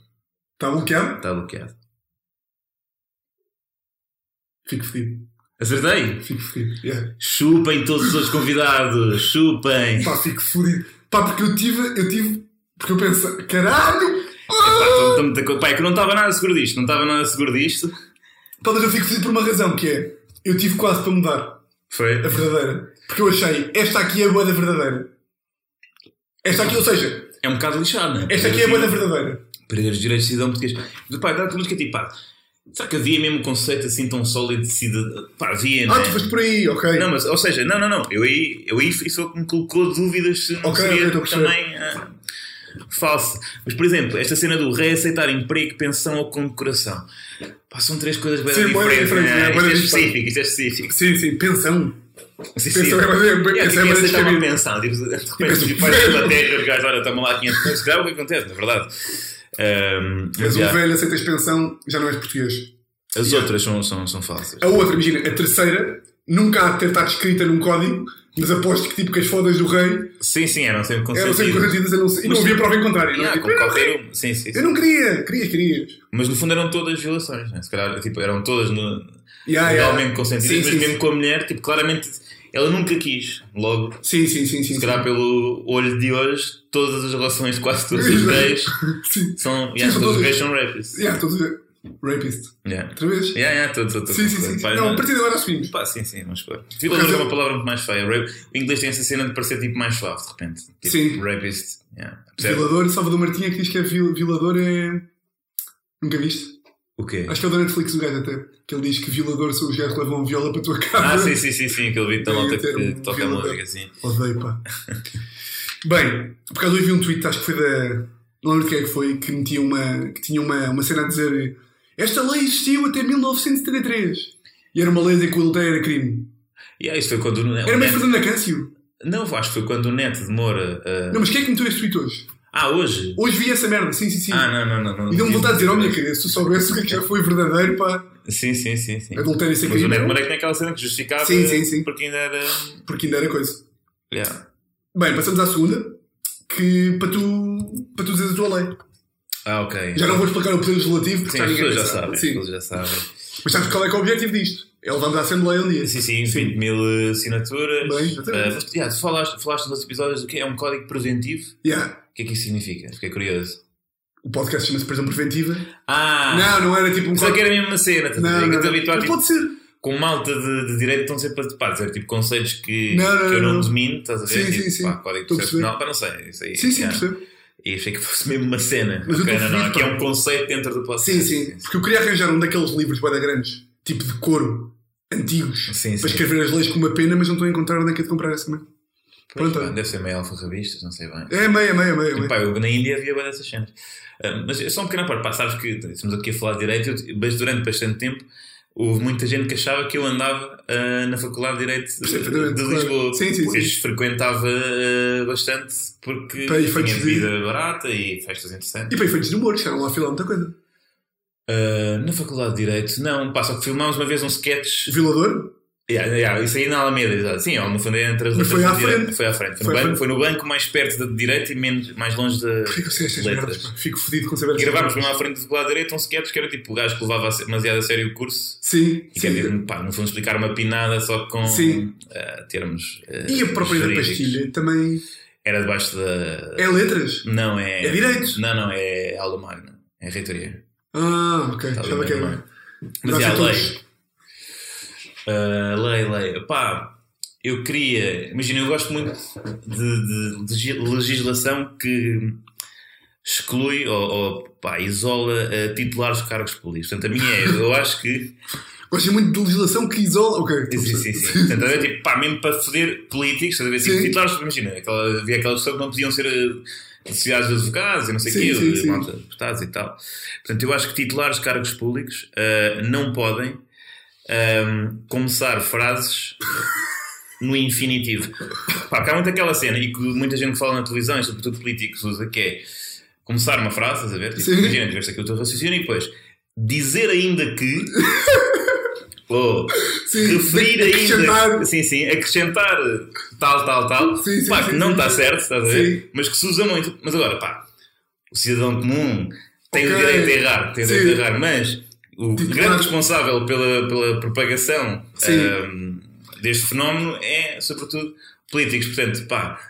Speaker 1: Está Tá bloqueado?
Speaker 2: Está bloqueado.
Speaker 1: Fico fedido.
Speaker 2: Acertei!
Speaker 1: Fico fedido. Yeah.
Speaker 2: Chupem todos os outros convidados! Chupem!
Speaker 1: Pá, fico fodido. Pá, porque eu tive, eu tive, porque eu pensei, caralho!
Speaker 2: Pá, tô- tô muita co- Pá, é que eu não estava nada seguro disto, não estava nada seguro disto.
Speaker 1: Pá, mas eu fico fedido por uma razão, que é, eu tive quase para mudar
Speaker 2: Foi.
Speaker 1: a verdadeira. Porque eu achei, esta aqui é a boa da verdadeira. Esta aqui, ou seja,
Speaker 2: É um bocado lixado, não é?
Speaker 1: esta aqui é a boa da verdadeira.
Speaker 2: Perder os direitos de cidadão português. Mas, Pá, dá-te música tipo, pá, será que havia mesmo um conceito assim tão sólido de cidadão? Pá, havia, não
Speaker 1: Ah,
Speaker 2: é?
Speaker 1: tu foste por aí, ok.
Speaker 2: Não, mas, ou seja, não, não, não. Eu aí, eu aí fui só que me colocou dúvidas se não
Speaker 1: Ok, ok,
Speaker 2: seria
Speaker 1: estou a perceber.
Speaker 2: também ah, falso. Mas, por exemplo, esta cena do rei aceitar emprego, pensão ou condecoração. Pá, são três coisas bem
Speaker 1: Sim, bué
Speaker 2: diferentes.
Speaker 1: diferentes,
Speaker 2: né?
Speaker 1: é,
Speaker 2: Isto
Speaker 1: bué
Speaker 2: é
Speaker 1: diferentes.
Speaker 2: específico, isto é específico.
Speaker 1: Sim, sim, pensão.
Speaker 2: Sim,
Speaker 1: Pensão
Speaker 2: sim.
Speaker 1: é bué- pensão é
Speaker 2: Yeah, tipo,
Speaker 1: bué
Speaker 2: essa estava a
Speaker 1: descabido.
Speaker 2: pensar, tipo, de repente,
Speaker 1: Penso-
Speaker 2: tipo, vais pela terra, os gajos, olha, toma lá 500 euros, se calhar é o que acontece, na verdade. Ahm, mas,
Speaker 1: És um
Speaker 2: yeah,
Speaker 1: velho, aceitas pensão, já não és português.
Speaker 2: as outras são, são, são falsas.
Speaker 1: A outra, imagina, a terceira, nunca há de ter estado escrita num código, mas aposto que tipo que as fodas do rei
Speaker 2: Sim, sim, eram sempre
Speaker 1: eram sempre
Speaker 2: consentidas.
Speaker 1: corrigidas a não ser. E não
Speaker 2: Mas-
Speaker 1: havia prova em contrário. não é?
Speaker 2: Yeah,
Speaker 1: Tipo,
Speaker 2: com
Speaker 1: eu não
Speaker 2: qualquer
Speaker 1: queria-
Speaker 2: um. Sim, sim, sim.
Speaker 1: Eu não queria, querias, querias.
Speaker 2: Mas no fundo eram todas violações, né? se calhar tipo, eram todas no,
Speaker 1: Yeah, yeah.
Speaker 2: legalmente consentidas,
Speaker 1: Ah, é. Sim,
Speaker 2: mas
Speaker 1: sim,
Speaker 2: mesmo
Speaker 1: sim.
Speaker 2: com a mulher, tipo, claramente ela nunca quis. Logo,
Speaker 1: Sim, sim, sim, sim.
Speaker 2: se
Speaker 1: sim.
Speaker 2: calhar pelo olho de hoje, todas as relações, quase todos os
Speaker 1: Exato.
Speaker 2: gays,
Speaker 1: Sim.
Speaker 2: são. Yeah,
Speaker 1: são
Speaker 2: todos
Speaker 1: todos-
Speaker 2: os gays são rapists.
Speaker 1: Yeah, todos Rapist.
Speaker 2: Yeah.
Speaker 1: Outra vez?
Speaker 2: Yeah, yeah, tô, tô, tô,
Speaker 1: Sim, sim,
Speaker 2: concordo.
Speaker 1: sim.
Speaker 2: Pá,
Speaker 1: Não,
Speaker 2: não-
Speaker 1: a partir de agora assumimos.
Speaker 2: Pá, sim, sim, mas claro. Violador é uma palavra muito mais feia. Rape- O inglês tem essa cena de parecer tipo mais suave, de repente. Tipo,
Speaker 1: Sim.
Speaker 2: Rapist. Yeah. Percebe?
Speaker 1: Violador, Salvador Martinha, que diz que é viol- violador é. Nunca viste?
Speaker 2: O quê?
Speaker 1: Acho que é o da Netflix o gajo até. Que ele diz que violador são os gajos que levam viola para a tua casa.
Speaker 2: Ah, sim, sim, sim, sim, aquele vídeo da
Speaker 1: Tem
Speaker 2: malta
Speaker 1: até
Speaker 2: que
Speaker 1: um
Speaker 2: toca a
Speaker 1: violador.
Speaker 2: música assim.
Speaker 1: Odeio, pá. Bem, por acaso eu vi um tweet, acho que foi da. Não lembro de quem é que foi, que metia uma. que tinha uma, uma cena a dizer. Esta lei existiu até 1973. E era uma lei a dizer que o adultério era crime.
Speaker 2: E yeah, isso foi quando. o
Speaker 1: Era mais
Speaker 2: Neto-
Speaker 1: Fernando Acâncio.
Speaker 2: Não, acho que foi quando o Neto de Moura. ah,
Speaker 1: Não, mas quem é que meteu este tweet hoje?
Speaker 2: Ah, hoje?
Speaker 1: Hoje vi essa merda, sim, sim, sim.
Speaker 2: Ah, não, não, não. não
Speaker 1: e deu-me
Speaker 2: não-
Speaker 1: vontade de dizer, oh minha querida, se tu soubesse o que é que já foi verdadeiro, pá.
Speaker 2: Sim, sim, sim. sim.
Speaker 1: Adultério sem
Speaker 2: Mas o
Speaker 1: crime.
Speaker 2: Neto de Moura é que tem aquela cena que justificava.
Speaker 1: Sim, sim, sim.
Speaker 2: Porque ainda era.
Speaker 1: Porque ainda era coisa.
Speaker 2: Yeah.
Speaker 1: Bem, passamos à segunda, que para tu, para tu dizeres a tua lei.
Speaker 2: Ah, ok.
Speaker 1: Já não vou explicar o poder legislativo, porque
Speaker 2: Sim,
Speaker 1: já
Speaker 2: as
Speaker 1: ninguém
Speaker 2: pessoas já
Speaker 1: sabe.
Speaker 2: sabem. As
Speaker 1: Sim.
Speaker 2: pessoas já sabem.
Speaker 1: Mas sabes qual é, que é o objetivo disto? É levarmos à Assembleia um dia.
Speaker 2: Sim, sim, 20 mil eh, assinaturas.
Speaker 1: Bem, exatamente.
Speaker 2: Ah, mas, yeah, tu falaste, falaste nos episódios do que é um código preventivo.
Speaker 1: Yeah.
Speaker 2: O que é que isso significa? Fiquei curioso.
Speaker 1: O podcast chama-se Prisão Preventiva.
Speaker 2: Ah!
Speaker 1: Não, não era tipo um
Speaker 2: Só que era a mesma cena, estás a
Speaker 1: Não,
Speaker 2: ver?
Speaker 1: não,
Speaker 2: Que eu
Speaker 1: não.
Speaker 2: estou habituado
Speaker 1: Mas
Speaker 2: tipo,
Speaker 1: pode ser.
Speaker 2: com malta de, de direito estão sempre a pá, dizer tipo conceitos que,
Speaker 1: Não, não,
Speaker 2: que eu não,
Speaker 1: não.
Speaker 2: domino, estás a ver?
Speaker 1: Sim,
Speaker 2: tipo,
Speaker 1: sim, sim.
Speaker 2: Pá, código
Speaker 1: Estou a perceber.
Speaker 2: processual, pá, não sei. Isso aí,
Speaker 1: Sim, sim,
Speaker 2: yeah.
Speaker 1: percebo.
Speaker 2: E achei que fosse mesmo uma cena.
Speaker 1: Mas eu
Speaker 2: Ok,
Speaker 1: tô
Speaker 2: não, não,
Speaker 1: feliz,
Speaker 2: aqui é
Speaker 1: pá.
Speaker 2: um conceito dentro do podcast.
Speaker 1: Sim, sim. Porque eu queria arranjar um daqueles livros bada grandes, tipo de couro, antigos,
Speaker 2: Sim, sim.
Speaker 1: para escrever as leis com uma pena, mas não estou a encontrar onde é que é de comprar essa merda.
Speaker 2: Pois,
Speaker 1: Pronto.
Speaker 2: pá, deve ser meio alfarrabistas, não sei bem.
Speaker 1: É meia, meia, meia. meia.
Speaker 2: Pá, eu na Índia havia bem dessas cenas. Ah, mas é só um pequeno parte, pá, sabes que estamos aqui a falar de direito, eu- mas durante bastante tempo houve muita gente que achava que eu andava ah, na Faculdade de Direito de,
Speaker 1: Perfeitamente, claro.
Speaker 2: Lisboa.
Speaker 1: Sim, sim,
Speaker 2: pois frequentava ah, bastante porque
Speaker 1: Para efeitos
Speaker 2: tinha
Speaker 1: de-
Speaker 2: vida barata e festas interessantes.
Speaker 1: E para efeitos de humor, chegaram lá a filar muita coisa.
Speaker 2: Ah, na Faculdade de Direito, não, pá, só que filmámos uma vez um sketch.
Speaker 1: O violador?
Speaker 2: Yeah, yeah, isso aí na Alameda, exato. Sim, no fundo é entre as
Speaker 1: Mas
Speaker 2: letras
Speaker 1: foi à
Speaker 2: de direito.
Speaker 1: frente.
Speaker 2: Foi à frente. Foi,
Speaker 1: Foi à
Speaker 2: no banco,
Speaker 1: frente.
Speaker 2: foi no banco mais perto da de direito e menos, mais longe da.
Speaker 1: Porquê que eu sei estas
Speaker 2: Letras.
Speaker 1: merdas? pá? Fico fodido com saber
Speaker 2: E
Speaker 1: estas
Speaker 2: gravámos
Speaker 1: merdas.
Speaker 2: mesmo à frente do lado direito um sketch que era tipo o gajo que levava a se- demasiado a sério o curso.
Speaker 1: Sim,
Speaker 2: E é
Speaker 1: sim.
Speaker 2: quer dizer, pá, no fundo explicar uma pinada só com
Speaker 1: Sim.
Speaker 2: ah, termos. ah,
Speaker 1: E a própria da
Speaker 2: jurídicos.
Speaker 1: pastilha também.
Speaker 2: Era debaixo da.
Speaker 1: É letras?
Speaker 2: Não, é.
Speaker 1: É direitos?
Speaker 2: Não, não, é aula magna. É reitoria.
Speaker 1: Ah, ok.
Speaker 2: Está ali
Speaker 1: Estava que
Speaker 2: mesmo,
Speaker 1: era.
Speaker 2: Tá Mas é a
Speaker 1: Nós
Speaker 2: lei.
Speaker 1: todos-
Speaker 2: Ah, lei, lei. Pá, eu queria. Imagina, eu gosto muito de, de legi- legislação que exclui ou, ou, pá, isola eh, titulares de cargos públicos. Portanto, a minha é, eu acho que.
Speaker 1: Gosto muito de legislação que isola. Ok, estou a
Speaker 2: Sim, sim,
Speaker 1: perceber.
Speaker 2: sim. Portanto, é tipo, pá, mesmo para foder políticos, estás a ver? Assim,
Speaker 1: Sim.
Speaker 2: titulares, imagina, aquela, havia aquela pessoa que não podiam ser eh, sociedades de advogados e não sei o
Speaker 1: Sim,
Speaker 2: quê,
Speaker 1: sim,
Speaker 2: de
Speaker 1: sim.
Speaker 2: malta, deputados e tal. Portanto, eu acho que titulares de cargos públicos eh, não podem ehm, começar frases no infinitivo. Pá, porque há muito aquela cena e que muita gente que fala na televisão, e sobretudo políticos, usa, que é começar uma frase, estás a ver? Tipo,
Speaker 1: Sim.
Speaker 2: imagina, tiveste aqui o teu raciocínio e depois dizer ainda que. Oh, ou
Speaker 1: Sim,
Speaker 2: referir
Speaker 1: tem que
Speaker 2: ainda. Tá
Speaker 1: acrescentar.
Speaker 2: Sim, sim, acrescentar tal, tal, tal.
Speaker 1: Sim, sim,
Speaker 2: pá,
Speaker 1: sim,
Speaker 2: que não
Speaker 1: sim,
Speaker 2: está
Speaker 1: sim.
Speaker 2: certo, estás a ver?
Speaker 1: Sim.
Speaker 2: Mas que se usa muito. Mas agora, pá, o cidadão comum tem o
Speaker 1: Ok.
Speaker 2: direito de errar, tem o direito
Speaker 1: Sim.
Speaker 2: de errar, mas o
Speaker 1: Tipo,
Speaker 2: grande
Speaker 1: claro.
Speaker 2: responsável pela, pela propagação
Speaker 1: Sim.
Speaker 2: ahm, deste fenómeno é, sobretudo, políticos. Portanto, pá,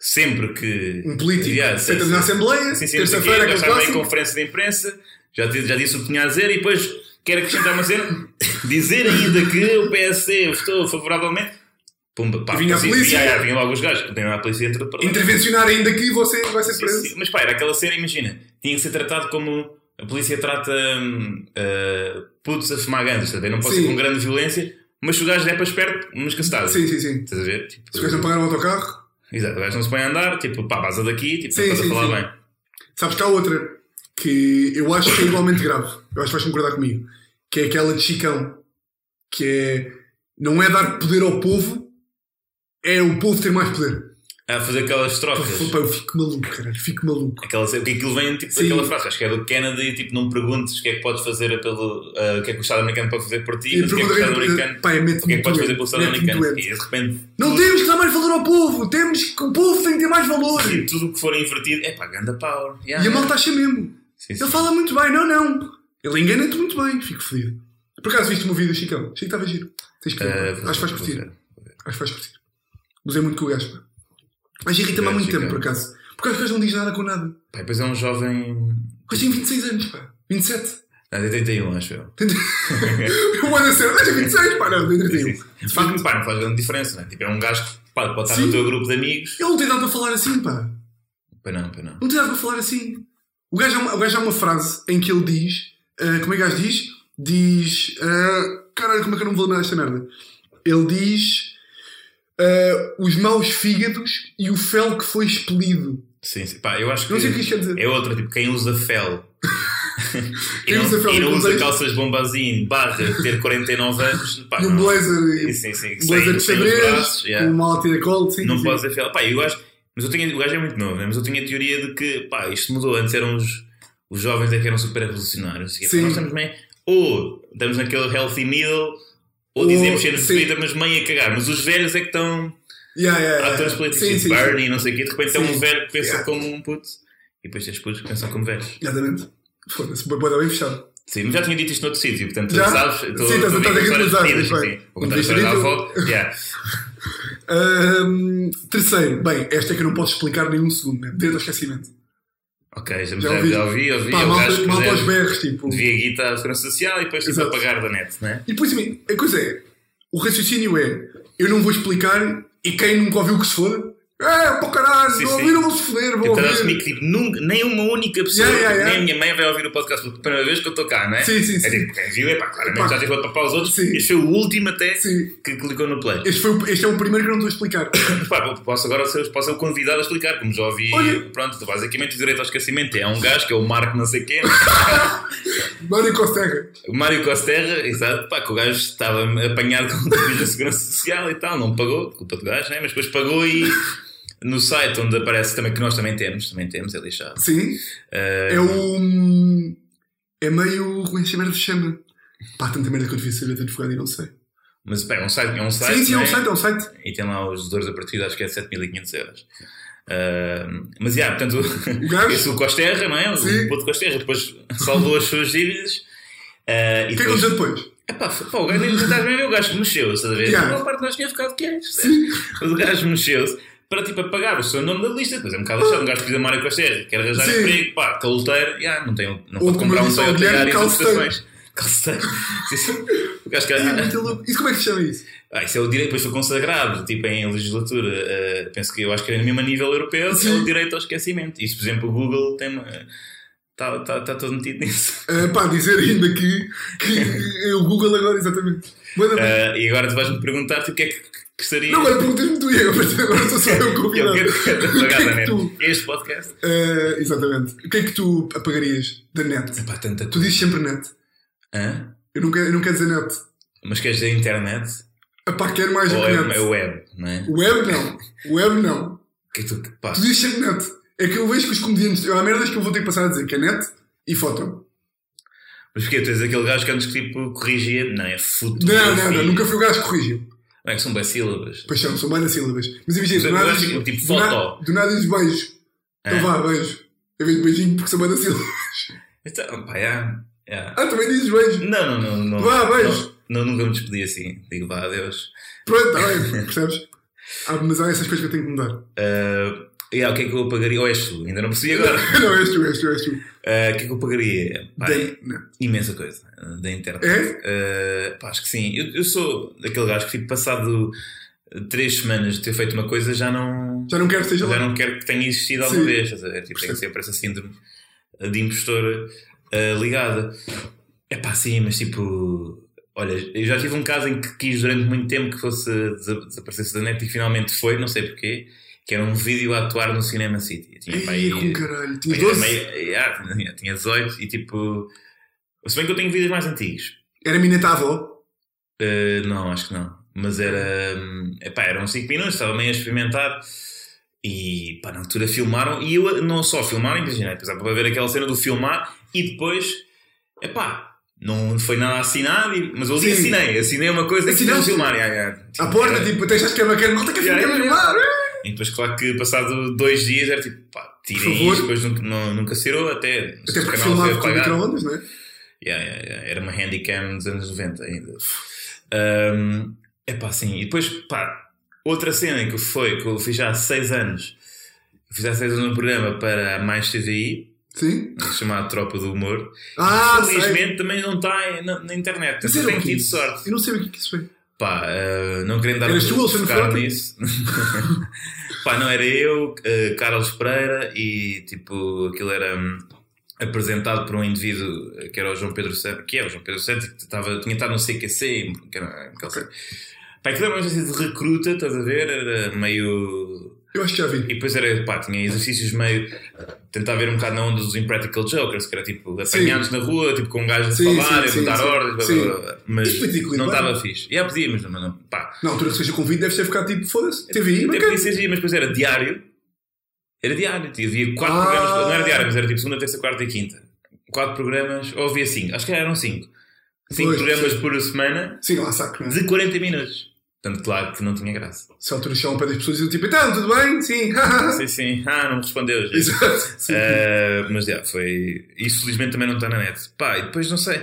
Speaker 2: sempre que.
Speaker 1: Um político.
Speaker 2: Yeah, sim,
Speaker 1: Senta-me
Speaker 2: sim.
Speaker 1: na Assembleia,
Speaker 2: Sim, sim,
Speaker 1: terça-feira, é
Speaker 2: já
Speaker 1: aquele
Speaker 2: estava em
Speaker 1: clássico.
Speaker 2: conferência de imprensa, já, disse- já disse o que tinha a dizer e depois quero acrescentar uma cena, dizer ainda que o PSC votou favoravelmente. Pumba, pá,
Speaker 1: E vinha a
Speaker 2: assim,
Speaker 1: polícia.
Speaker 2: vinha- vinha logo os gajos, que tinham a polícia dentro do parlamento.
Speaker 1: Intervencionar ainda que você vai ser
Speaker 2: Sim,
Speaker 1: preso.
Speaker 2: sim, Mas pá, era aquela cena, imagina, tinha que ser tratado como a polícia trata hum, ah, putos a fumar gandas, sabe? não pode
Speaker 1: Sim.
Speaker 2: ser com grande violência, mas se o gajo der para esperto, mas cacetado.
Speaker 1: Sim, sim, sim.
Speaker 2: Estás a ver? Tipo,
Speaker 1: Se os gajos não pagaram o autocarro,
Speaker 2: Exato, o gajo não se põe a andar, tipo, pá, vaza daqui, tipo,
Speaker 1: Sim,
Speaker 2: não estás
Speaker 1: sim,
Speaker 2: a falar
Speaker 1: sim.
Speaker 2: bem.
Speaker 1: sabes que há outra que eu acho que é igualmente grave. Eu acho que vais concordar comigo. Que é aquela de Chicão. Que é. Não é dar poder ao povo, é o povo ter mais poder.
Speaker 2: A fazer aquelas trocas.
Speaker 1: Pá, eu fico maluco, caralho. Fico maluco.
Speaker 2: Aquela, porque aquilo vem tipo,
Speaker 1: Sim.
Speaker 2: daquela frase, acho que é do Kennedy, tipo, não perguntes o que é que podes fazer pelo. ah, o que é que o Estado americano pode fazer por ti,
Speaker 1: E
Speaker 2: mas o que é que o Estado americano.
Speaker 1: pergunta pá, é
Speaker 2: O que é
Speaker 1: mete-me
Speaker 2: que podes fazer pelo
Speaker 1: doente.
Speaker 2: Estado
Speaker 1: Mete-me
Speaker 2: americano?
Speaker 1: doente.
Speaker 2: E de repente.
Speaker 1: Não
Speaker 2: tudo,
Speaker 1: temos que dar mais valor ao povo, temos que o povo tem que ter mais valor.
Speaker 2: assim, tudo o que for invertido é pá, ganda power. Yeah,
Speaker 1: E a
Speaker 2: yeah.
Speaker 1: malta acha mesmo.
Speaker 2: Sim, sim.
Speaker 1: Ele fala muito bem, não, não. Ele engana-te muito bem, fico fodido. Por acaso viste o meu vídeo, Chicão? Achei que estava giro. Tens que ver,
Speaker 2: Ah,
Speaker 1: pá. Acho que vais
Speaker 2: vou
Speaker 1: curtir.
Speaker 2: ver.
Speaker 1: Acho que vais curtir. Usei muito com o gajo, pá. Mas irrita-me há
Speaker 2: Grande
Speaker 1: muito tempo,
Speaker 2: Chicão.
Speaker 1: por acaso. Porque o gajo não diz nada com nada. O
Speaker 2: Pá, e depois é um jovem. é
Speaker 1: gajo tem 26 anos, pá. 27.
Speaker 2: Não, tem 31, acho eu.
Speaker 1: Eu mando a ser, o gajo tem 26, pá. Não, tem 31.
Speaker 2: De facto, pá, não faz grande diferença, não é? Tipo, é um gajo que pá, pode estar
Speaker 1: Sim.
Speaker 2: no teu grupo de amigos.
Speaker 1: Ele não tem nada para falar assim, pá.
Speaker 2: Pá, não, pá, não.
Speaker 1: Não tem nada para falar assim. O gajo, há uma- o gajo há uma frase em que ele diz. ah, como é que o gajo diz? Diz. ah, caralho, como é que eu não me vou lembrar desta merda? Ele diz. ah, os maus fígados e o fel que foi expelido.
Speaker 2: Sim, sim. Pá, eu acho que.
Speaker 1: Não sei o que isto quer dizer.
Speaker 2: É outra, tipo, quem usa fel.
Speaker 1: Quem
Speaker 2: e não,
Speaker 1: usa fel
Speaker 2: e
Speaker 1: em
Speaker 2: não usa
Speaker 1: contexto?
Speaker 2: calças bombazinho, barra, ter 49 anos, pá,
Speaker 1: E um
Speaker 2: não. é
Speaker 1: blazer. e-
Speaker 2: Sim, sim,
Speaker 1: um
Speaker 2: sim.
Speaker 1: blazer
Speaker 2: Sem,
Speaker 1: de
Speaker 2: sem os braços,
Speaker 1: xadrez.
Speaker 2: yeah.
Speaker 1: Um mal a colo. Sim,
Speaker 2: não
Speaker 1: sim.
Speaker 2: pode usar fel. Pá, eu acho. Mas eu tenho, o gajo é muito novo, né? mas eu tinha a teoria de que, pá, isto mudou. Antes eram os, os jovens é que eram super revolucionários. E, pá,
Speaker 1: Sim.
Speaker 2: Nós estamos bem. Ou estamos naquele healthy middle, ou
Speaker 1: Ou-
Speaker 2: dizemos ser
Speaker 1: sim.
Speaker 2: bebida, mas meio a cagar. Mas os velhos é que estão.
Speaker 1: Yeah, yeah, yeah.
Speaker 2: Atores políticos,
Speaker 1: É, Sim, sim,
Speaker 2: tipo
Speaker 1: sim.
Speaker 2: Bernie, não sei o quê. De repente é
Speaker 1: Sim.
Speaker 2: um velho que pensa
Speaker 1: Yeah.
Speaker 2: como um puto. E depois tens putos que pensam como velhos.
Speaker 1: Exatamente. Foda-se, boi boi, bem fechado.
Speaker 2: Sim, mas já tinha dito isto noutro sítio, portanto,
Speaker 1: Já?
Speaker 2: sabes?
Speaker 1: Sim,
Speaker 2: estou-
Speaker 1: estás- estás
Speaker 2: estou digo
Speaker 1: a
Speaker 2: histórias
Speaker 1: ritualizar,
Speaker 2: repetidas,
Speaker 1: mas
Speaker 2: sim.
Speaker 1: bem.
Speaker 2: Vou contar
Speaker 1: Não
Speaker 2: a história da
Speaker 1: disse
Speaker 2: avó. Yeah.
Speaker 1: Ahm, terceiro, bem, esta é que eu não posso explicar nem um segundo, né? Dentro do esquecimento.
Speaker 2: Ok, já,
Speaker 1: Já
Speaker 2: já,
Speaker 1: ouvi.
Speaker 2: já ouvi, ouvi.
Speaker 1: Pá,
Speaker 2: o
Speaker 1: malta,
Speaker 2: gajo que
Speaker 1: malta aos
Speaker 2: deve-
Speaker 1: berros, tipo.
Speaker 2: devia guita à segurança social e depois tipo
Speaker 1: Exato.
Speaker 2: a pagar da net, né?
Speaker 1: E depois, assim, a coisa é: o raciocínio é, eu não vou explicar e quem nunca ouviu que se foda, é, pô caralho,
Speaker 2: Sim,
Speaker 1: vou
Speaker 2: sim.
Speaker 1: ouvir, não vou se foder, vou
Speaker 2: Tentar assumir
Speaker 1: ouvir.
Speaker 2: que tipo, nunca, nem uma única pessoa, tipo,
Speaker 1: Yeah, yeah, yeah.
Speaker 2: nem a minha mãe vai ouvir o podcast pela primeira vez que eu estou cá, né?
Speaker 1: Sim, sim,
Speaker 2: É
Speaker 1: sim.
Speaker 2: tipo, quem viu, é pá, claramente
Speaker 1: Pá.
Speaker 2: já teve para papar os outros.
Speaker 1: Sim.
Speaker 2: Este foi o último até
Speaker 1: Sim.
Speaker 2: que clicou no play.
Speaker 1: Este, foi, o- este é o primeiro que eu não estou a explicar.
Speaker 2: Pá, vou- posso agora ser, posso ser o convidado a explicar, como já ouvi.
Speaker 1: Olha.
Speaker 2: Pronto, basicamente o direito ao esquecimento é um gajo que é o Marco não sei quem.
Speaker 1: Mário Costerra.
Speaker 2: O Mário Costerra, exato, pá, que o gajo estava apanhado com o da Segurança Social e tal, não pagou, culpa do gajo, né? mas depois pagou e no site onde aparece também, que nós também temos, também temos, é lixado.
Speaker 1: Sim.
Speaker 2: Eh,
Speaker 1: É o. É meio. Como é que esta merda se chama? Pá, tanta merda que eu devia saber de advogado e não sei.
Speaker 2: Mas pá, é um site, é um site,
Speaker 1: Sim, sim, é um
Speaker 2: né?
Speaker 1: site, é um site.
Speaker 2: e tem lá os dores a partida, acho que é 7.500 euros. Eh, mas, já, portanto,
Speaker 1: O gajo.
Speaker 2: esse o Costerra, não é?
Speaker 1: Sim.
Speaker 2: O puto Costerra, depois salvou as suas dívidas. eh, e
Speaker 1: O que é que
Speaker 2: depois-
Speaker 1: aconteceu depois?
Speaker 2: Epá, Ah, f- pá, o gajo nem estás bem, o gajo mexeu, estás a ver?
Speaker 1: Yeah.
Speaker 2: A parte do gajo tinha ficado quieto. Mas o gajo mexeu-se para tipo apagar o seu nome da lista. Depois é um bocado achado, um gajo que pisa Mário Costerra, quer arranjar
Speaker 1: Sim.
Speaker 2: emprego, pá, caloteiro, yeah, não, tem, não
Speaker 1: Ou como
Speaker 2: pode comprar
Speaker 1: eu
Speaker 2: um
Speaker 1: disse ao
Speaker 2: Toyota
Speaker 1: Guilherme,
Speaker 2: Yaris em
Speaker 1: calceteiro.
Speaker 2: prestações. Calceteiro. Sim, sim. O gajo que
Speaker 1: É muito louco. Isso como é que se chama isso?
Speaker 2: Ah, isso é o direito, depois foi consagrado, tipo, em legislatura. eh, penso que eu acho que é mesmo a nível europeu, é
Speaker 1: Sim.
Speaker 2: o direito ao esquecimento. Isso, por exemplo, o Google tem uma. Está tá, tá todo metido nisso.
Speaker 1: Ah, pá, dizer ainda que, que é o Google agora, exatamente. Manda bem.
Speaker 2: Eh, e agora tu vais-me perguntar o que é que gostaria.
Speaker 1: Não, agora perguntas-me tu, Diego, a partir de agora sou só eu o
Speaker 2: eu
Speaker 1: convidado.
Speaker 2: quero que
Speaker 1: O que é que
Speaker 2: apagada, né?
Speaker 1: tu-
Speaker 2: Este podcast.
Speaker 1: Ah, exatamente. O que é que tu apagarias da net?
Speaker 2: Epá, tanta
Speaker 1: Tu
Speaker 2: coisa.
Speaker 1: dizes sempre net.
Speaker 2: Hã?
Speaker 1: Eu não quero, eu não quero dizer net.
Speaker 2: Mas queres dizer internet?
Speaker 1: Apá, quero mais
Speaker 2: Ou
Speaker 1: do que
Speaker 2: é,
Speaker 1: net.
Speaker 2: é web, não é?
Speaker 1: Web não. Web não.
Speaker 2: O que é que tu pá,
Speaker 1: Tu dizes sempre net. É que eu vejo que os comediantes. Há merdas que eu vou ter que passar a dizer que é net e foto.
Speaker 2: Mas porquê? Tu és aquele gajo que antes tipo corrigia. Não, é futuro.
Speaker 1: Não, não,
Speaker 2: assim.
Speaker 1: não. Nunca fui o gajo que corrigiu.
Speaker 2: Não é que são bem sílabas.
Speaker 1: Pois são, são várias sílabas. Mas imagina, do
Speaker 2: Mas eu
Speaker 1: nada.
Speaker 2: acho
Speaker 1: dizes-
Speaker 2: que, tipo,
Speaker 1: do nada-
Speaker 2: foto.
Speaker 1: Do nada dizes beijo. Então
Speaker 2: É.
Speaker 1: vá, beijo. Eu vejo beijinho porque são várias sílabas.
Speaker 2: Então, pá, já, já.
Speaker 1: Ah, também dizes beijo.
Speaker 2: Não, não, não. não
Speaker 1: Vá, beijo.
Speaker 2: Não, não, nunca me despedi assim. Digo, vá, adeus.
Speaker 1: Pronto, está bem. Percebes? Ah, mas há essas coisas que eu tenho que mudar.
Speaker 2: Ah, e há o que é que eu pagaria? Ou és tu? Ainda não percebi agora.
Speaker 1: Não, és tu, és tu, és tu.
Speaker 2: Ah, o que é que eu pagaria? Pá,
Speaker 1: Bem, não.
Speaker 2: imensa coisa ah, da internet.
Speaker 1: É?
Speaker 2: Ah, pá, acho que sim. Eu, eu sou aquele gajo que, tipo, passado ah, três semanas de ter feito uma coisa, já não.
Speaker 1: Já não quero que esteja
Speaker 2: Já
Speaker 1: lá.
Speaker 2: não quero que tenha existido alguma
Speaker 1: Sim.
Speaker 2: vez. estás a ver? Tipo, tenho sempre essa síndrome de impostor ah, ligada. É pá, sim, mas tipo. Olha, eu já tive um caso em que quis durante muito tempo que fosse desa- desaparecesse da net e finalmente foi, não sei porquê, que era um vídeo a atuar no Cinema City. Eu Tinha, pá,
Speaker 1: Ih,
Speaker 2: aí-
Speaker 1: com caralho. Tinha
Speaker 2: tinha,
Speaker 1: 12.
Speaker 2: meio, ah, tinha- tinha 18 e tipo. Se bem que eu tenho vídeos mais antigos.
Speaker 1: Era a minha avó.
Speaker 2: Uh, não, acho que não. Mas era. hum, Epá, eram 5 minutos, estava meio a experimentar. E pá, na altura filmaram. E eu não só filmaram, imagina, apesar para ver aquela cena do filmar e depois. Epá, não foi nada assinado, e- mas eu ali
Speaker 1: Sim.
Speaker 2: assinei. Assinei uma coisa que não
Speaker 1: Assinaste?
Speaker 2: filmar. Yeah, yeah.
Speaker 1: À porta,
Speaker 2: Era-
Speaker 1: tipo, até achas que é bacana. Malta que
Speaker 2: Yeah,
Speaker 1: fica a
Speaker 2: yeah,
Speaker 1: filmar.
Speaker 2: E depois, claro que passado dois dias era tipo, pá,
Speaker 1: Por
Speaker 2: tirem
Speaker 1: favor.
Speaker 2: isto, depois nunca, não- nunca se tirou, até. não sei se
Speaker 1: Até
Speaker 2: o
Speaker 1: porque
Speaker 2: canal teve
Speaker 1: filmava
Speaker 2: que
Speaker 1: com
Speaker 2: pagar.
Speaker 1: micro-ondas, não é?
Speaker 2: Yeah, yeah, yeah. Era uma handicam dos anos 90 ainda. Ahm, epá, sim. E depois, pá, outra cena que foi, que eu fiz já há 6 anos. Eu fiz há 6 anos um programa para a Mais TVI,
Speaker 1: Sim?
Speaker 2: chamado Tropa do Humor.
Speaker 1: Ah, sei.
Speaker 2: Felizmente também não está na, na internet.
Speaker 1: Mas
Speaker 2: Eu
Speaker 1: era
Speaker 2: tenho
Speaker 1: o quê?
Speaker 2: tido sorte.
Speaker 1: Eu não sei o que é que isso foi.
Speaker 2: Pá, ah, não querendo dar
Speaker 1: Eras tu, Alexandre
Speaker 2: focar
Speaker 1: Frota?
Speaker 2: nisso. Pá, não era eu, eh, Carlos Pereira e tipo, aquilo era hum, apresentado por um indivíduo eh, que era o João Pedro Santos, que é o João Pedro Santos, que estava, tinha estado no CQC, que era, que era, pá, aquilo era uma espécie de recruta, estás a ver? Era meio
Speaker 1: Eu acho que já vi.
Speaker 2: e depois era, pá, tinha exercícios meio. Tentar ver um bocado na onda dos Impractical Jokers, que era tipo apanhados na rua, tipo com um gajo a
Speaker 1: Sim,
Speaker 2: falar,
Speaker 1: sim,
Speaker 2: a dar
Speaker 1: sim, sim.
Speaker 2: ordens, blá, blá, blá,
Speaker 1: Isso
Speaker 2: mas
Speaker 1: foi tipo, é? ridículo,
Speaker 2: não
Speaker 1: pá.
Speaker 2: estava fixe. E há podia, mas não, não, pá.
Speaker 1: Na altura que seja o convite, deves ter ficado tipo, foda-se,
Speaker 2: É
Speaker 1: TVI,
Speaker 2: Até podia
Speaker 1: bacana.
Speaker 2: ser giro, mas depois era diário. Era diário, tipo, havia quatro
Speaker 1: Ah.
Speaker 2: programas, não era diário, mas era tipo segunda, terça, quarta e quinta. Quatro programas, ou havia cinco, acho que eram cinco. Cinco
Speaker 1: Pois,
Speaker 2: programas por semana
Speaker 1: Sim, lá saco, não é?
Speaker 2: de 40 minutos. Portanto, claro que não tinha graça.
Speaker 1: Se a altura chegam para as pessoas e dizem tipo, então, tudo bem? Sim, haha.
Speaker 2: Sim, sim, ah, não me respondeu. gente.
Speaker 1: Exato. Sim.
Speaker 2: Ah, mas já, foi. Isso felizmente também não está na net. Pá, e depois não sei.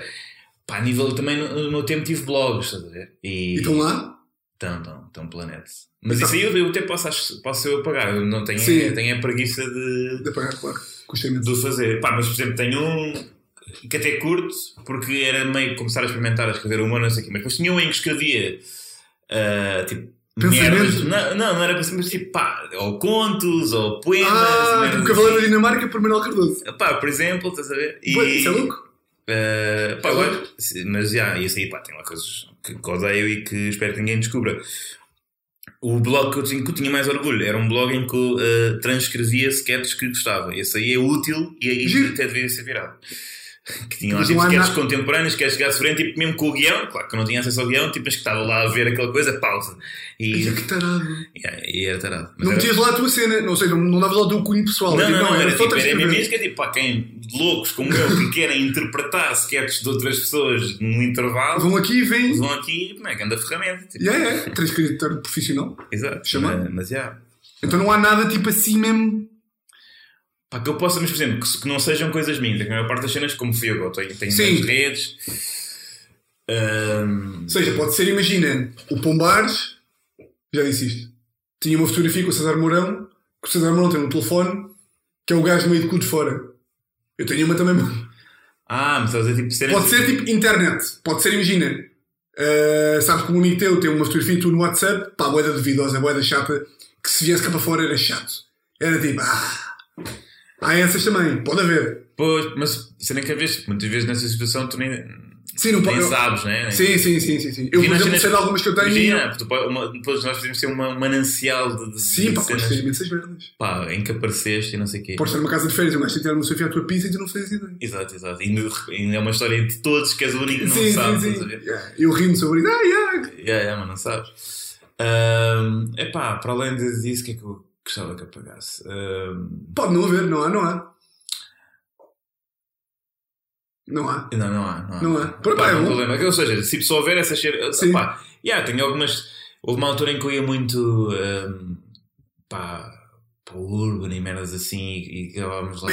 Speaker 2: Pá, a nível também no, no meu tempo tive blogs, estás a ver?
Speaker 1: E
Speaker 2: E
Speaker 1: estão lá?
Speaker 2: estão, estão, estão pela net. Mas isso aí eu, eu até posso, acho- posso eu apagar. Eu não tenho,
Speaker 1: Sim.
Speaker 2: eu tenho a preguiça de,
Speaker 1: De apagar, claro. Custa imenso.
Speaker 2: de o fazer. Pá, mas por exemplo, tenho um que até curto, porque era meio começar a experimentar a escrever humor, não sei o quê. Mas depois tinha um em que escrevia ah, tipo.
Speaker 1: Pensamentos?
Speaker 2: merdas. Não, não, não era pensamento, mas tipo, pá, ou contos, ou poemas.
Speaker 1: Ah,
Speaker 2: merdas
Speaker 1: tipo Cavaleiro da
Speaker 2: assim.
Speaker 1: Dinamarca por Manuel Cardoso.
Speaker 2: Pá, por exemplo, estás a ver?
Speaker 1: Pô, Isso é louco?
Speaker 2: Uh, pá,
Speaker 1: Tá
Speaker 2: agora-
Speaker 1: bem.
Speaker 2: se- mas já, isso aí, pá, tem lá coisas que, que odeio e que espero que ninguém descubra. O blog que eu tinha, que eu tinha mais orgulho era um blog em que eu uh, transcrevia sketches que gostava. Esse aí é útil e aí
Speaker 1: Giro.
Speaker 2: até deveria ser virado. Que tinha lá
Speaker 1: Mas
Speaker 2: tipo,
Speaker 1: não há
Speaker 2: sketches
Speaker 1: nada-
Speaker 2: contemporâneos, sketches de gato frente, tipo, mesmo com o guião, claro que eu não tinha acesso ao guião, tipo, mas que estava lá a ver aquela coisa, pausa. E,
Speaker 1: Olha é que tarado.
Speaker 2: yeah, e era tarado. Mas
Speaker 1: Não
Speaker 2: era-
Speaker 1: metias lá a tua cena, não sei, não, não davas lá o teu cunho pessoal.
Speaker 2: não,
Speaker 1: Tipo,
Speaker 2: não, não, era, tipo, era
Speaker 1: transcrever.
Speaker 2: mesmo isso que é tipo, para quem, loucos como eu, que querem interpretar sketches de outras pessoas no intervalo,
Speaker 1: Ah, Vão aqui e vêm.
Speaker 2: vão aqui e pega, anda ferramenta. Tipo,
Speaker 1: Yeah, yeah, transcritor profissional.
Speaker 2: Exato.
Speaker 1: Chama.
Speaker 2: Mas, mas yeah.
Speaker 1: Então não há nada tipo assim mesmo.
Speaker 2: Pá, que eu possa, mas por exemplo, que, se- que não sejam coisas minhas, é que a maior parte das cenas, como fui eu, tenho, tenho
Speaker 1: Sim.
Speaker 2: nas redes. Ahm,
Speaker 1: Ou seja, pode ser, imagina, o Pombares, já disse isto, tinha uma fotografia com o César Mourão, que o César Mourão tem um telefone, que é o gajo meio de cu de fora. Eu tenho uma também.
Speaker 2: ah, mas estás a dizer tipo cenas.
Speaker 1: Pode ser tipo internet, pode ser, imagina, Uh, sabes que um amigo teu tem uma fotografia tu no WhatsApp, pá, boeda duvidosa, boeda chata, que se viesse cá para fora era chato. Era tipo, ah, há essas também, pode haver.
Speaker 2: Pois, mas você nem quer ver, muitas vezes nessa situação tu nem,
Speaker 1: Sim, não
Speaker 2: nem
Speaker 1: pode. eu-
Speaker 2: sabes, né?
Speaker 1: Sim, sim, sim, sim, sim. Eu, por
Speaker 2: Imagina
Speaker 1: exemplo,
Speaker 2: as-
Speaker 1: sei de algumas que eu tenho. e eu-
Speaker 2: Imagina, tu pode- uma- depois nós podemos ter uma um manancial de, de
Speaker 1: Sim,
Speaker 2: de
Speaker 1: pá, podes
Speaker 2: cenas,
Speaker 1: ter imensas merdas.
Speaker 2: pá, em que apareceste e não sei o quê.
Speaker 1: Podes estar numa casa de férias, um gajo tem que tirar uma selfie à tua pizza e tu não fazes ideia.
Speaker 2: Exato, exato. E de repente é uma história de todos que és o único que não
Speaker 1: sim,
Speaker 2: sabes.
Speaker 1: sim,
Speaker 2: estás a
Speaker 1: sim.
Speaker 2: ver?
Speaker 1: Yeah. Eu rindo sobre isso. Ah, yeah.
Speaker 2: Yeah, yeah, mas não sabes. Ahm, epá, para além de- disso, o que é que eu gostava que apagasse? Ahm,
Speaker 1: Pode não haver, não há, não há. Não há.
Speaker 2: não, não há. Não há,
Speaker 1: Não há. Por
Speaker 2: Pá,
Speaker 1: acaso,
Speaker 2: não
Speaker 1: não.
Speaker 2: problema. Ou seja, tipo, se só houver essas cheiras.
Speaker 1: Sim.
Speaker 2: Epá, yeah, tenho algumas. Houve uma altura em que eu ia muito ahm, pá, para o Urban e merdas assim e, e acabávamos lá.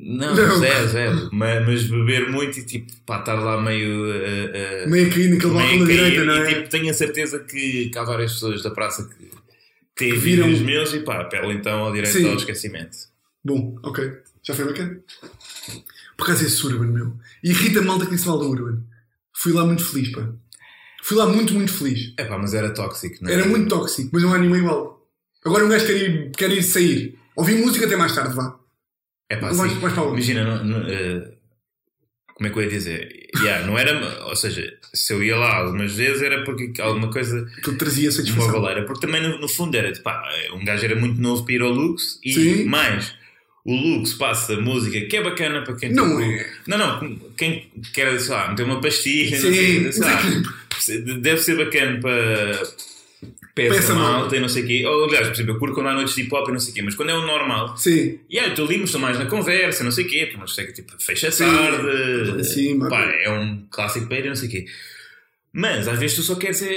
Speaker 2: Não,
Speaker 1: Não.
Speaker 2: zero, zero. Mas, mas beber muito e tipo, pá, estar lá meio. ah, ah,
Speaker 1: Meio que naquele balcão
Speaker 2: Também
Speaker 1: da
Speaker 2: caí,
Speaker 1: direita, não
Speaker 2: e,
Speaker 1: é?
Speaker 2: tipo, tenho a certeza que, que há várias pessoas da praça que têm
Speaker 1: Que
Speaker 2: viram
Speaker 1: viram-
Speaker 2: os meus e pá, apelo então ao direito
Speaker 1: Sim.
Speaker 2: ao esquecimento.
Speaker 1: Bom, ok. Já foi bacana. Por acaso esse Urban, meu. Irrita a malta que disse mal do Urban. Fui lá muito feliz, pá. Fui lá muito, muito feliz.
Speaker 2: É pá, mas era tóxico, não é?
Speaker 1: Era muito tóxico, mas não há nenhuma igual. Agora um gajo quer ir, quer ir sair. Ouvir música até mais tarde, vá.
Speaker 2: É pá,
Speaker 1: Vais-
Speaker 2: sim.
Speaker 1: vais para onde?
Speaker 2: Imagina, não- não, eh, como é que eu ia dizer? Yeah, não era, ou seja, se eu ia lá algumas vezes era porque alguma coisa
Speaker 1: Aquilo trazia
Speaker 2: uma
Speaker 1: satisfação.
Speaker 2: baleira, porque também no, no fundo era tipo, pá, um gajo era muito novo para ir ao Lux e
Speaker 1: Sim.
Speaker 2: mais. O Lux passa música que é bacana para quem
Speaker 1: Não
Speaker 2: tem-
Speaker 1: é.
Speaker 2: Não, não, quem quer, sei lá, meter uma pastilha, não
Speaker 1: Sim,
Speaker 2: sei, sei lá, deve ser bacana para, para essa
Speaker 1: essa
Speaker 2: malta
Speaker 1: malta.
Speaker 2: e não sei o quê. Ou, aliás, por exemplo, eu curto quando há noites de hip hop e não sei o quê, mas quando é o normal,
Speaker 1: Sim.
Speaker 2: e é, yeah, eu estou ali, mas estou mais na conversa, não sei o quê, porque uma discoteca tipo, fecha
Speaker 1: Sim.
Speaker 2: tarde,
Speaker 1: Sim, mas-
Speaker 2: pá, é um clássico para ir, e não sei o quê. Mas às vezes tu só queres é,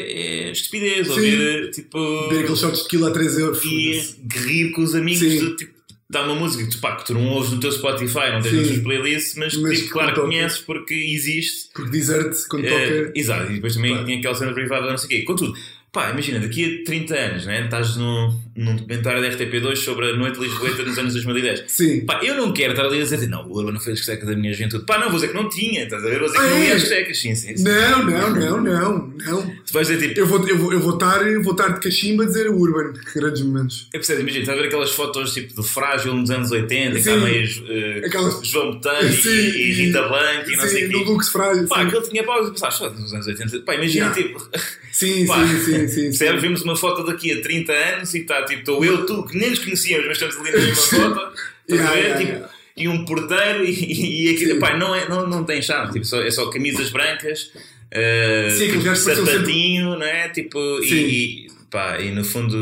Speaker 2: é estupidez,
Speaker 1: Sim.
Speaker 2: ouvir tipo.
Speaker 1: Ver aqueles shots de quilo a 3 euros.
Speaker 2: e
Speaker 1: foda-se.
Speaker 2: rir com os amigos,
Speaker 1: Sim.
Speaker 2: de, tipo, dá uma música que tu, pá, que tu não ouves no teu Spotify, não tens
Speaker 1: Sim.
Speaker 2: nas tuas playlists, mas, que,
Speaker 1: Mas um
Speaker 2: tipo, claro que
Speaker 1: toca.
Speaker 2: conheces porque existe.
Speaker 1: Porque dizer-te quando
Speaker 2: Eh,
Speaker 1: toca.
Speaker 2: exato, e depois também
Speaker 1: Claro.
Speaker 2: tinha aquela cena privada, não sei o quê. Contudo, pá, imagina, daqui a 30 anos, né, estás no, num documentário da RTP2 sobre a noite lisboeta nos anos 2010.
Speaker 1: Sim.
Speaker 2: Pá, eu não quero estar ali a dizer, assim, não, o Urban não foi a discoteca da minha juventude. Pá, não, vou dizer que não tinha, estás a ver? Vou dizer que
Speaker 1: Ah,
Speaker 2: não ia
Speaker 1: é?
Speaker 2: às discotecas, sim, sim. sim.
Speaker 1: Não, não, não, não, não.
Speaker 2: Tu vais dizer, tipo,
Speaker 1: Eu vou, eu vou, eu vou estar, eu vou estar de cachimba a dizer Urban. Grandes momentos.
Speaker 2: eu percebo, imagina, estás a ver aquelas fotos tipo do Frágil nos anos 80, que há
Speaker 1: Sim.
Speaker 2: meias eh,
Speaker 1: Aquelas-
Speaker 2: João Botelho
Speaker 1: Sim.
Speaker 2: e, e Rita Blanco e não sei
Speaker 1: Sim,
Speaker 2: o
Speaker 1: no
Speaker 2: quê.
Speaker 1: Lux Frágil.
Speaker 2: Pá,
Speaker 1: sim.
Speaker 2: aquele tinha pausa e pensaste, "Foda-se, nos anos 80, pá, imagina,
Speaker 1: Yeah.
Speaker 2: tipo,
Speaker 1: Sim,
Speaker 2: Pá.
Speaker 1: sim, sim, sim, sim.
Speaker 2: Percebes? Vimos uma foto daqui a 30 anos e está tipo, estou eu, tu, que nem nos conhecíamos, mas estamos ali na mesma foto. Estás a
Speaker 1: Yeah,
Speaker 2: ver?
Speaker 1: yeah,
Speaker 2: Tipo,
Speaker 1: yeah.
Speaker 2: E um porteiro e, e, e aquilo.
Speaker 1: Sim.
Speaker 2: Pá, não, é, não, não tem charme, tipo, só, é só camisas brancas, eh,
Speaker 1: Sim, aqueles
Speaker 2: tipo,
Speaker 1: gajos pareciam sempre-
Speaker 2: sapatinho, não é? Tipo,
Speaker 1: Sim.
Speaker 2: e, e, pá, e no fundo.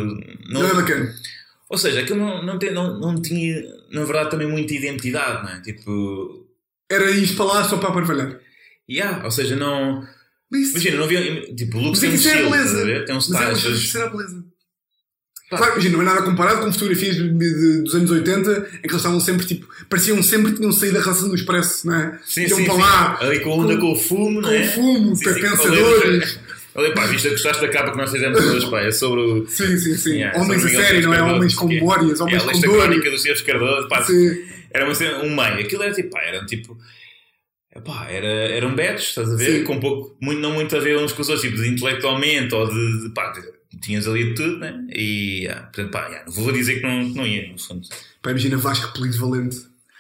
Speaker 2: Não,
Speaker 1: Não é bacana.
Speaker 2: ou seja, aquilo não, não, tem, não, não tinha, na verdade, também muita identidade, não é? Tipo.
Speaker 1: Era ir para lá só para aparvalhar.
Speaker 2: Yeah, ou seja, não.
Speaker 1: Mas isso-
Speaker 2: Imagina, não havia. Tipo, o Lux
Speaker 1: Mas
Speaker 2: tem um
Speaker 1: isso é
Speaker 2: estilo,
Speaker 1: beleza.
Speaker 2: estás a ver? tem um
Speaker 1: Mas era
Speaker 2: style.
Speaker 1: uma
Speaker 2: estás-
Speaker 1: terceira beleza.
Speaker 2: Pá.
Speaker 1: Claro, imagina, não é nada comparado com fotografias de- de- dos anos 80 em que eles estavam sempre tipo, pareciam sempre que tinham saído da relação do expresso, não é?
Speaker 2: Sim,
Speaker 1: Iam
Speaker 2: sim,
Speaker 1: para
Speaker 2: sim.
Speaker 1: lá
Speaker 2: Ali com a onda com o fumo, não
Speaker 1: com
Speaker 2: é?
Speaker 1: fumo,
Speaker 2: Sim,
Speaker 1: para
Speaker 2: sim,
Speaker 1: pensadores.
Speaker 2: Olha, pá, viste, gostaste da capa que nós fizemos hoje, pá, é sobre o.
Speaker 1: Sim, sim, sim.
Speaker 2: Yeah,
Speaker 1: homens a
Speaker 2: sobre Miguel
Speaker 1: sério, não é?
Speaker 2: Cardoso,
Speaker 1: Homens com
Speaker 2: que é-
Speaker 1: memórias, homens
Speaker 2: é,
Speaker 1: com
Speaker 2: esta crónica
Speaker 1: dores.
Speaker 2: do Sr. Cardoso, pá,
Speaker 1: Sim,
Speaker 2: era uma cena, um meio. Aquilo era tipo, pá, era tipo. Pá, era, eram betos, estás a ver?
Speaker 1: Sim.
Speaker 2: Com pouco, muito, não muito a ver uns com os outros, tipo, de intelectualmente ou de. de pá, tinhas ali de tudo, né? E, ah, portanto, pá, já, não vou dizer que não, que não ia, no fundo.
Speaker 1: Pá, imagina Vasco Polido Valente,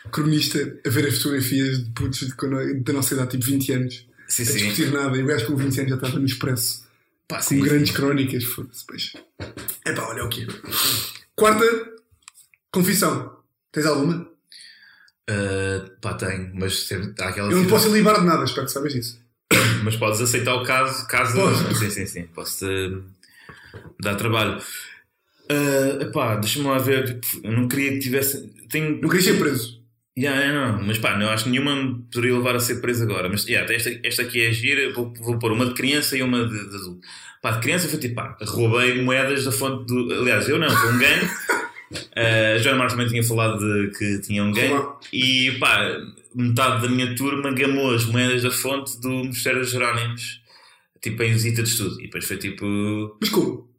Speaker 1: cronista, a ver as fotografias de putos de quando- da nossa idade, tipo 20 anos,
Speaker 2: Sim,
Speaker 1: a
Speaker 2: sim.
Speaker 1: discutir nada. E o gajo com 20 anos já estava no expresso.
Speaker 2: Pá,
Speaker 1: com
Speaker 2: sim.
Speaker 1: grandes crónicas. Foda-se, pois. É pá, olha o quê? Quarta confissão. Tens alguma?
Speaker 2: Ah, pá, tenho, mas sempre, há aquela.
Speaker 1: Eu não
Speaker 2: cena-
Speaker 1: posso livrar de nada, espero que saibas disso.
Speaker 2: Mas podes aceitar o caso, caso.
Speaker 1: Posso.
Speaker 2: Sim, sim, sim. Posso-te dar trabalho. Ah, epá, deixa-me lá ver. tipo, Eu não queria que tivesse. Tenho.
Speaker 1: Não querias ser preso.
Speaker 2: Yeah, yeah, não, mas pá, não acho que nenhuma me poderia levar a ser presa agora. Mas yeah, esta, esta aqui é gira, vou, vou pôr uma de criança e uma de, de adulto. Pá, de criança foi tipo, pá, roubei moedas da fonte do. Aliás, eu não, foi um gangue. Ah, Joana Marques também tinha falado de que tinha um gangue.
Speaker 1: Roubar.
Speaker 2: E pá, metade da minha turma gamou as moedas da fonte do Mosteiro dos Jerónimos, tipo em visita de estudo. E depois foi tipo,
Speaker 1: Mas como?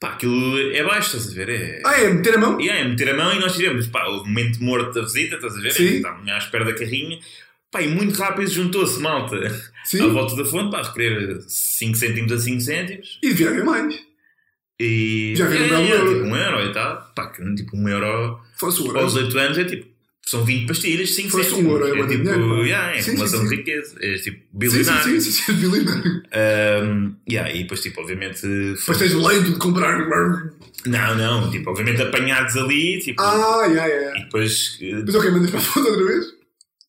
Speaker 2: pá, aquilo é baixo, estás a ver? É,
Speaker 1: Ah, é meter a mão?
Speaker 2: e aí, meter a mão e nós tivemos, pá, o momento morto da visita, estás a ver? um
Speaker 1: Sim.
Speaker 2: Estávamos à espera da carrinha. Pá, e muito rápido juntou-se, malta.
Speaker 1: Sim.
Speaker 2: À volta da fonte, pá, recolher 5 cêntimos a 5 cêntimos.
Speaker 1: E devia haver mais.
Speaker 2: E.
Speaker 1: Já viram
Speaker 2: é,
Speaker 1: um belo
Speaker 2: é,
Speaker 1: euro.
Speaker 2: tipo, um euro e tal. Pá, que, tipo, um euro
Speaker 1: Fosse o
Speaker 2: aos
Speaker 1: euro.
Speaker 2: 8 anos é tipo. São 20 pastilhas, 5
Speaker 1: Fosse um
Speaker 2: cêntimos.
Speaker 1: euro, é
Speaker 2: é
Speaker 1: bué de
Speaker 2: tipo,
Speaker 1: dinheiro, pá.
Speaker 2: yeah, é
Speaker 1: Sim, sim,
Speaker 2: acumulação
Speaker 1: sim.
Speaker 2: de riqueza. É tipo,
Speaker 1: Sim, sim, sim,
Speaker 2: bilionário.
Speaker 1: sim, sim, bilionário.
Speaker 2: Ahm, yeah, e depois, tipo, obviamente.
Speaker 1: Mas tens leito de comprar.
Speaker 2: Não, não, tipo, obviamente apanhados ali, tipo.
Speaker 1: Ah, yeah, yeah.
Speaker 2: E depois. eh,
Speaker 1: Mas ok, mandas para a foto outra vez?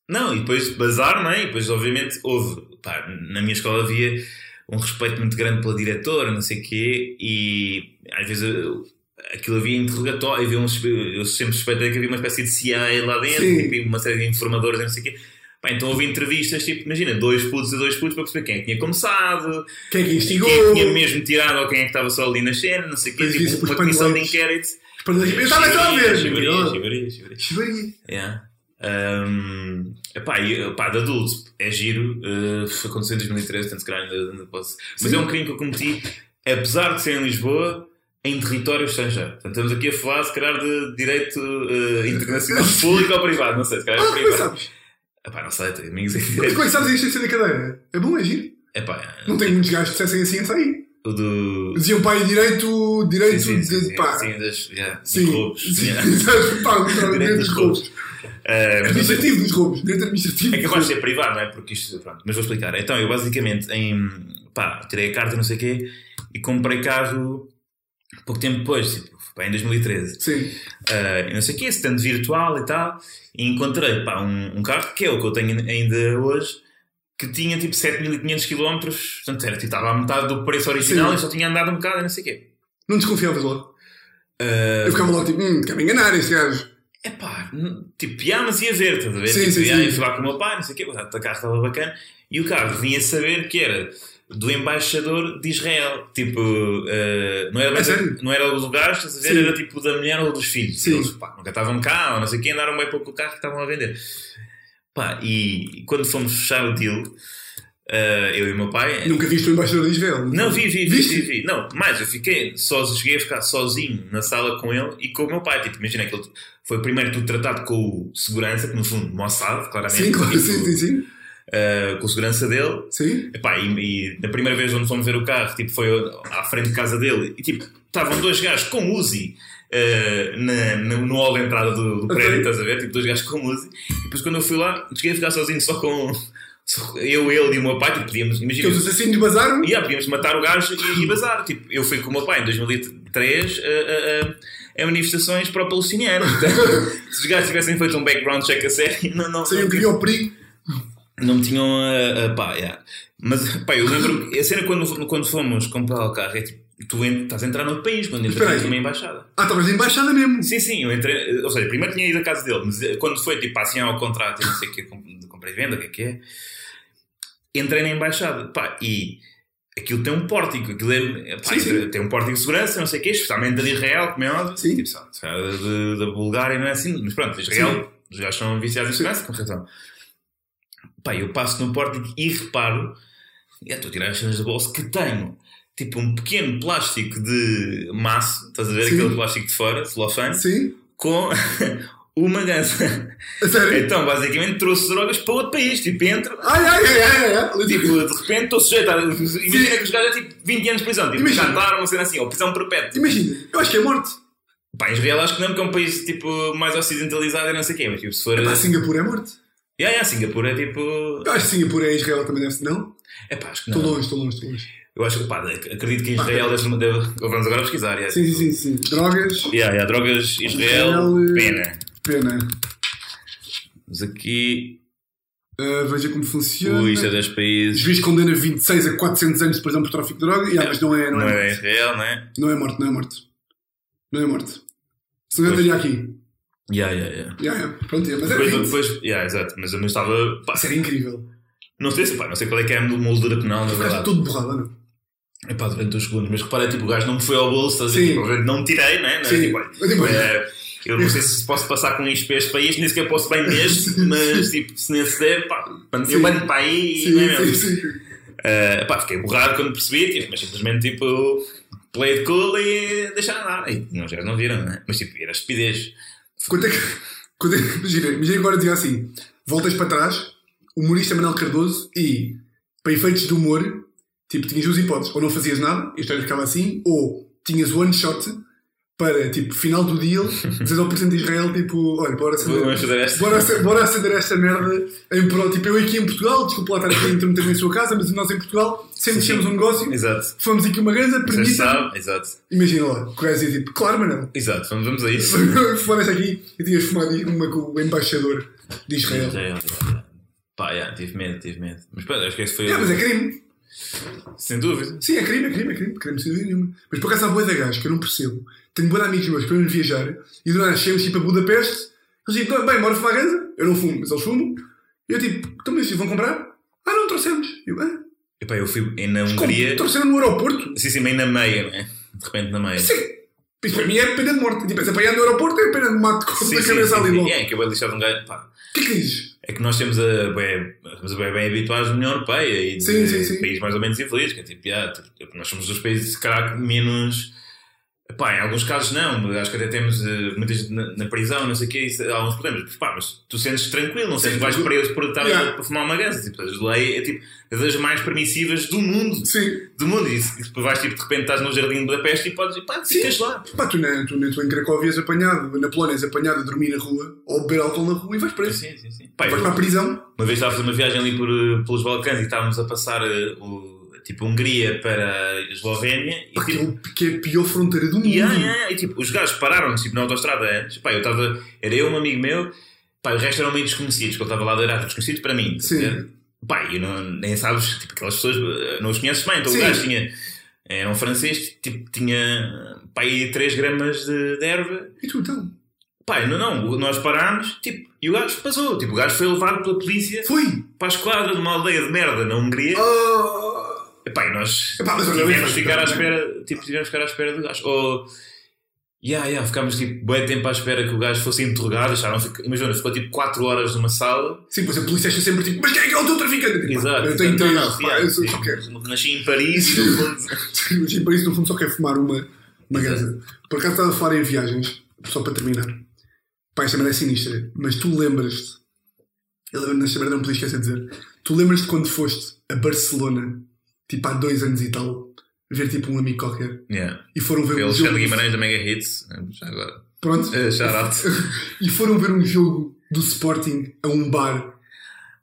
Speaker 2: Não, e depois bazar, não é? E depois, obviamente, houve. Pá, na minha escola havia um respeito muito grande pela diretora, não sei o quê, e às vezes eu- aquilo havia interrogatório, havia uns, eu sempre suspeitei que havia uma espécie de CIA lá dentro,
Speaker 1: Sim.
Speaker 2: tipo, e uma série de informadores, não sei o quê. Pá, então houve entrevistas, tipo, imagina, dois putos e dois putos para perceber quem é que tinha começado,
Speaker 1: Quem é que instigou?
Speaker 2: quem é que tinha mesmo tirado ou quem é que estava só ali na cena, não sei o quê,
Speaker 1: Pois isso,
Speaker 2: tipo,
Speaker 1: pois
Speaker 2: uma comissão de
Speaker 1: panelões.
Speaker 2: inquérito.
Speaker 1: Para dizer, eu estava só a ver.
Speaker 2: Chibaria,
Speaker 1: Mentiroso.
Speaker 2: chibaria, chibaria.
Speaker 1: Chibaria.
Speaker 2: Yeah. Um, epá, e, epá, de adulto é giro, uh, aconteceu em 2013, tanto que ainda, ainda posso. Mas
Speaker 1: Sim.
Speaker 2: é um crime que eu cometi, apesar de ser em Lisboa, em território estrangeiro. Portanto, estamos aqui a falar, se calhar, de direito uh, internacional público ou privado, não sei, se calhar é
Speaker 1: Ah, como é que
Speaker 2: privado.
Speaker 1: sabes?
Speaker 2: Epá, não sei, tenho amigos em
Speaker 1: Mas
Speaker 2: direito.
Speaker 1: como é que sabes a existência da cadeira? É bom, é giro.
Speaker 2: Epá,
Speaker 1: Não tenho muitos gajos que dissessem assim a sair.
Speaker 2: o do.
Speaker 1: Diziam pai direito, direito
Speaker 2: sim, sim,
Speaker 1: de.
Speaker 2: sim,
Speaker 1: pá.
Speaker 2: sim, das, yeah, dos
Speaker 1: Sim,
Speaker 2: roubos.
Speaker 1: sim,
Speaker 2: yeah.
Speaker 1: sabes, pá, literalmente
Speaker 2: Direito
Speaker 1: dos
Speaker 2: dos
Speaker 1: roubos.
Speaker 2: Uh, mas não sei-
Speaker 1: Administrativo dos roubos, direito administrativo.
Speaker 2: É
Speaker 1: dos
Speaker 2: capaz
Speaker 1: roubos.
Speaker 2: de ser privado, não é? Porque isto, pronto, mas vou explicar. Então, eu basicamente, em, pá, tirei a carta, não sei o quê, e comprei carro pouco tempo depois, tipo, pá, em 2013.
Speaker 1: Sim,
Speaker 2: Ah, e não sei o quê, stand virtual e tal, e encontrei, pá, um, um carro que é o que eu tenho ainda hoje, que tinha, tipo, 7500 km, portanto, era, tipo, estava à metade do preço original
Speaker 1: Sim.
Speaker 2: e só tinha andado um bocado e não sei o quê.
Speaker 1: não desconfiavas logo.
Speaker 2: Ah,
Speaker 1: Eu ficava logo tipo, hum, quer me enganar este gajo.
Speaker 2: é pá, tipo, já, mas ia ver, estás a ver?
Speaker 1: Sim,
Speaker 2: tipo,
Speaker 1: sim,
Speaker 2: já,
Speaker 1: sim.
Speaker 2: ia falar com o meu pai, não sei o quê, o carro estava bacana, e o carro vinha saber que era do embaixador de Israel, tipo, eh, não, era,
Speaker 1: É sério?
Speaker 2: não era o do gajo, estás a ver?
Speaker 1: Sim.
Speaker 2: Era tipo da mulher ou dos filhos,
Speaker 1: Sim.
Speaker 2: eles, pá, nunca estavam cá, ou não sei o quê, andaram bem pouco o carro que estavam a vender. Pá, e quando fomos fechar o deal, eh, eu e o meu pai,
Speaker 1: Nunca viste o embaixador de Israel?
Speaker 2: não, vi, vi, vi,
Speaker 1: Viste?
Speaker 2: vi, vi. Não, mais, eu fiquei sozinho, cheguei a ficar sozinho na sala com ele e com o meu pai. Tipo, imagina que ele foi primeiro tudo tratado com o segurança, que no fundo, Mossad, claramente.
Speaker 1: Sim, claro,
Speaker 2: tipo,
Speaker 1: sim, sim, sim.
Speaker 2: eh, com o segurança dele.
Speaker 1: Sim?
Speaker 2: Epá, e, e na primeira vez onde fomos ver o carro, tipo, foi à frente de casa dele e tipo, estavam dois gajos com Uzi eh, na, na- no hall de entrada do, do prédio,
Speaker 1: Ok.
Speaker 2: estás a ver? Tipo, dois gajos com Uzi. E depois quando eu fui lá, cheguei a ficar sozinho só com. só com eu, ele e o meu pai, tipo, podíamos.
Speaker 1: Que
Speaker 2: Imagina,
Speaker 1: os assassinos basaram?
Speaker 2: Yeah, podíamos matar o gajo e, e bazar. Tipo, eu fui com o meu pai em 2003 a, a, a, a eh, manifestações pró-palestinianas. Portanto, Se os gajos tivessem feito um background check a sério, não, não,
Speaker 1: Sabiam
Speaker 2: não,
Speaker 1: que havia o perigo.
Speaker 2: não me tinham. a pá, yeah. Mas pá, eu lembro. A cena quando, quando fomos comprar o carro é tipo. Tu en- estás a entrar no país quando
Speaker 1: Mas
Speaker 2: entras
Speaker 1: espera aí.
Speaker 2: numa embaixada.
Speaker 1: Ah, estavas de embaixada mesmo.
Speaker 2: Sim, sim, eu entrei. Ou seja, primeiro tinha ido à casa dele, mas eh, quando foi tipo a assinar o contrato e não sei o que, de compra e venda, o que é que é, entrei na embaixada. Pá, e aquilo tem um pórtico, aquilo é, pá,
Speaker 1: Sim, sim.
Speaker 2: tem um pórtico de segurança, não sei o que, especialmente da de Israel, como é óbvio.
Speaker 1: Sim.
Speaker 2: Tipo, só, se calhar da- da- da Bulgária não é assim, mas pronto, Israel, os gajos são viciados em segurança, com razão. Pá, eu passo no pórtico e reparo, e estou a tirar as cenas do bolso, que tenho tipo um pequeno plástico de maço, estás a ver
Speaker 1: Sim.
Speaker 2: aquele plástico de fora, celofane,
Speaker 1: Sim.
Speaker 2: com uma gança.
Speaker 1: A sério?
Speaker 2: Então, basicamente, trouxe drogas para outro país, tipo, entro.
Speaker 1: Ai, ai, ai, ai, ai.
Speaker 2: Tipo, de repente estou sujeito a. Imagina que os gajos é tipo 20 anos de prisão, tipo,
Speaker 1: Imagina.
Speaker 2: jantar, uma cena assim, ou prisão perpétua.
Speaker 1: Imagina, eu acho que é morte.
Speaker 2: Pá, Israel acho que não, porque é um país tipo mais ocidentalizado e não sei o quê, mas tipo, se for.
Speaker 1: Pá,
Speaker 2: Yeah,
Speaker 1: Singapura é morte.
Speaker 2: yeah, Singapura é tipo.
Speaker 1: Eu acho que Singapura é Israel também deve ser. Não?
Speaker 2: É pá, acho que
Speaker 1: Estou
Speaker 2: não.
Speaker 1: longe, estou longe, estou longe.
Speaker 2: Eu acho que, pá, acredito que Israel deve. deve- oh, Vamos agora pesquisar, yeah.
Speaker 1: Sim, sim, sim, sim. Drogas,
Speaker 2: Yeah, yeah, drogas, Israel,
Speaker 1: Israel, eh,
Speaker 2: pena.
Speaker 1: pena.
Speaker 2: Mas aqui.
Speaker 1: Ah, veja como funciona.
Speaker 2: Ui, isto é dos
Speaker 1: O
Speaker 2: países.
Speaker 1: juiz condena 26 a 400 anos de prisão por tráfico de droga. Yeah, mas não é, não,
Speaker 2: Não
Speaker 1: é,
Speaker 2: é Israel, não é?
Speaker 1: não é morte, não é morte. Não é morte. Se não eu
Speaker 2: Pois.
Speaker 1: estaria aqui.
Speaker 2: Yeah, yeah, yeah.
Speaker 1: Yeah, yeah. Pronto, yeah, mas é era 20.
Speaker 2: Depois, depois, yeah, exato, mas eu não estava. Pá,
Speaker 1: Isso era incrível.
Speaker 2: não sei se pá, não sei qual é que é a moldura penal, na
Speaker 1: Ficaste
Speaker 2: verdade.
Speaker 1: todo borrado, não?
Speaker 2: É pá, durante dois segundos, mas reparei, tipo, o gajo não me foi ao bolso, estás a dizer,
Speaker 1: Sim.
Speaker 2: tipo, eu não me tirei, né? Não é?
Speaker 1: Sim.
Speaker 2: Tipo, olha,
Speaker 1: Eu digo, olha,
Speaker 2: é, eu não sei se posso passar com isto para este país, nem sequer posso bem neste, mas tipo, se nem se der, pá,
Speaker 1: Sim.
Speaker 2: eu mando para aí e não é
Speaker 1: Sim, sim,
Speaker 2: mesmo.
Speaker 1: sim.
Speaker 2: Eh, pá, fiquei borrado quando percebi, tipo, mas simplesmente tipo, play de cool e deixar andar. E não, já não viram, né? Mas tipo, era estupidez.
Speaker 1: Quanto é que. Quanto é que imagina, imagina agora dizia assim: voltas para trás, humorista Manuel Cardoso e, para efeitos de humor, tipo, tinhas duas hipóteses. Ou não fazias nada, e a história ficava assim, ou tinhas one shot para, tipo, final do deal, dizes ao presidente de Israel, tipo, olha, bora acender,
Speaker 2: Vamos fazer esta.
Speaker 1: bora, acender, bora acender esta merda em prol. Tipo, eu aqui em Portugal, desculpa lá estar aqui a intermeter em sua casa, mas nós em Portugal sempre
Speaker 2: Sim,
Speaker 1: temos
Speaker 2: sim.
Speaker 1: um negócio,
Speaker 2: Exato.
Speaker 1: fomos aqui uma grande
Speaker 2: Vocês
Speaker 1: premissa.
Speaker 2: sabem, exato.
Speaker 1: Imagina lá, o gajo dizia tipo, claro, Manuel.
Speaker 2: Exato, vamos, vamos a isso.
Speaker 1: Fumavas aqui e tinhas fumado uma com o embaixador de Israel.
Speaker 2: Já, já, já. Pá, já, tive medo, tive medo. Mas pronto, acho que esse foi.
Speaker 1: Ah, mas é crime.
Speaker 2: Sem dúvida.
Speaker 1: Sim, é crime, é crime, é crime. Crime sem dúvida nenhuma. Mas por acaso há boa da gás que eu não percebo. Tenho boa de amigos meus para eu viajar e do nada chegamos tipo a Budapeste. Eles dizem, "Então, bem, bora fumar ganza. Eu não fumo, mas eles fumam. E eu tipo, então mas vão comprar? Ah, não, trouxemos. E eu, ah,
Speaker 2: Epá, eu fui em- na
Speaker 1: como?
Speaker 2: Hungria.
Speaker 1: Trouxeram no aeroporto?
Speaker 2: Sim, sim, meio na meia, não é? De repente na meia.
Speaker 1: Isso é. Isso para mim é pena de morte. Tipo, se apanhar no aeroporto é pena de mate com
Speaker 2: Sim,
Speaker 1: a
Speaker 2: sim,
Speaker 1: cabeça
Speaker 2: sim,
Speaker 1: ali
Speaker 2: sim.
Speaker 1: logo.
Speaker 2: E É, que eu vou deixar de um gajo. Pá,
Speaker 1: O que é que dizes?
Speaker 2: É que nós temos a bem, estamos a bem, bem habituados à União Europeia e de
Speaker 1: Sim, sim, sim.
Speaker 2: países mais ou menos evoluídos, que é tipo, ah, tipo, nós somos dos países, se calhar, menos. Pá, em alguns casos não, mas acho que até temos eh, muita gente na, na prisão, não sei o quê, isso, há alguns problemas. Mas, pá, mas tu sentes tranquilo, não sentes que vais preso por estar
Speaker 1: Yeah.
Speaker 2: a fumar uma gansa. Tipo, a lei é tipo das mais permissivas do mundo.
Speaker 1: Sim.
Speaker 2: Do mundo. E se- depois vais, tipo, de repente estás no jardim de Budapeste e podes, pá,
Speaker 1: Sim.
Speaker 2: ficas lá.
Speaker 1: Pá, tu, na, tu, na, tu em Cracóvia és apanhado, na Polónia és apanhado a dormir na rua, ou beber álcool na rua e vais preso.
Speaker 2: Sim, sim, sim. Pá,
Speaker 1: vais
Speaker 2: eu-
Speaker 1: para a prisão.
Speaker 2: Uma vez estava a fazer uma viagem ali por, eh, pelos Balcãs e estávamos a passar eh, o, tipo Hungria para a Eslovénia e
Speaker 1: Pá, que, é
Speaker 2: tipo,
Speaker 1: o- que é a pior fronteira do mundo.
Speaker 2: yeah, yeah, yeah, e, tipo, os gajos pararam tipo, na autostrada antes. Pá, eu estava, era eu, um amigo meu, pá, o resto eram meio desconhecidos, que eu estava lá de Erasmus, desconhecidos para mim.
Speaker 1: Sim.
Speaker 2: Tá a ver? Pá, eu não, nem sabes, tipo, aquelas pessoas eh, não os conheces bem, então
Speaker 1: Sim.
Speaker 2: o gajo tinha. Era um francês, tipo, tinha pá, aí 3 gramas de, de erva
Speaker 1: E tu então?
Speaker 2: Pá, não, não, nós parámos, tipo, e o gajo passou. Tipo, o gajo foi levado pela polícia
Speaker 1: Foi!
Speaker 2: para a esquadra de uma aldeia de merda na Hungria.
Speaker 1: Oh!
Speaker 2: Epá, e nós
Speaker 1: Epá, mas olha,
Speaker 2: tivemos
Speaker 1: mas-
Speaker 2: de ficar à espera, tipo, tivemos de ficar à espera do gajo. Ou, yeah, yeah, ficámos tipo, bem tempo à espera que o gajo fosse interrogado. Acharam, fica- imagina, ficou tipo 4 horas numa sala.
Speaker 1: Sim, pois a polícia acha sempre tipo, mas quem é que é o teu traficante? Tipo,
Speaker 2: Exato.
Speaker 1: Eu tenho
Speaker 2: Não,
Speaker 1: três,
Speaker 2: não,
Speaker 1: pá,
Speaker 2: yeah,
Speaker 1: eu sou
Speaker 2: tipo,
Speaker 1: só quero.
Speaker 2: Nasci em Paris, no fundo.
Speaker 1: Mas para isso no fundo só quer fumar uma, uma
Speaker 2: Exato.
Speaker 1: ganza. Por acaso estava a falar em viagens, só para terminar. Pá, esta merda é sinistra, mas tu lembras-te. Eu lembro-me desta merda, não podia esquecer de dizer. Tu lembras-te quando foste a Barcelona, tipo há dois anos e tal, ver tipo um amigo qualquer
Speaker 2: Yeah.
Speaker 1: e foram ver um
Speaker 2: Pelo
Speaker 1: jogo.
Speaker 2: Alexandre Guimarães da Mega Hits. Já agora.
Speaker 1: Pronto.
Speaker 2: Eh, shout out.
Speaker 1: e foram ver um jogo do Sporting a um bar.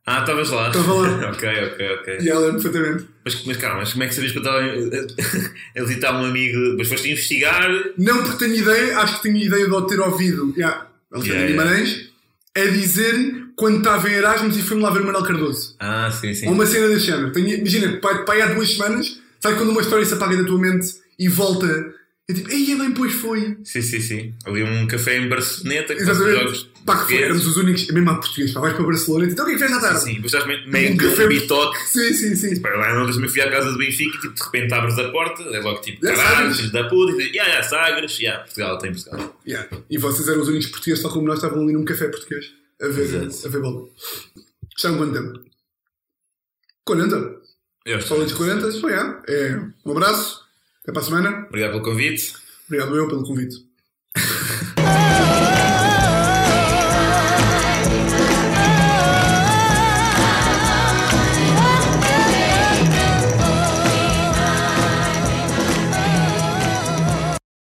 Speaker 2: Ah, estavas lá.
Speaker 1: Estava lá.
Speaker 2: ok, ok, ok.
Speaker 1: E ela lembro perfeitamente.
Speaker 2: Mas, mas calma, mas como é que sabias que eu estava a- a visitar um amigo? Mas foste investigar.
Speaker 1: Não porque tenho ideia, acho que tenho ideia de o ter ouvido. Yeah. Alexandre
Speaker 2: Yeah, yeah.
Speaker 1: Guimarães a dizer quando estava em Erasmus e fui-me lá ver Manuel Cardoso.
Speaker 2: Ah, sim, sim.
Speaker 1: Ou uma cena deste género. Tenho- imagina, pai, pai há duas semanas, sabe quando uma história se apaga da tua mente e volta. É tipo, ei, é bem, pois foi.
Speaker 2: Sim, sim, sim. Ali um café em Barceloneta que faz jogos.
Speaker 1: Exatamente. Pá, que foi, um
Speaker 2: portugueses.
Speaker 1: éramos os únicos, é mesmo a português, pá, vais para Barcelona e então o que é que fez à tarde?
Speaker 2: Sim, sim. Depois estás meio
Speaker 1: Um
Speaker 2: meio que
Speaker 1: café-
Speaker 2: um bitoque.
Speaker 1: Sim, sim, sim.
Speaker 2: Pá, Lá em Londres me fui à casa do Benfica e tipo, de repente abres a porta, é logo tipo,
Speaker 1: É,
Speaker 2: caralho,
Speaker 1: Sagres.
Speaker 2: filhos da puta, e dizes, yeah, yeah, Sagres, yeah, Portugal, tem Portugal.
Speaker 1: Yeah. E vocês eram os únicos portugueses, tal como nós estavam ali num café português a ver,
Speaker 2: Exato.
Speaker 1: a ver bola. Está quanto tempo? 40.
Speaker 2: Eu
Speaker 1: Só de 40, foi é. é. Um abraço, até para a semana.
Speaker 2: Obrigado pelo convite.
Speaker 1: Obrigado eu pelo convite.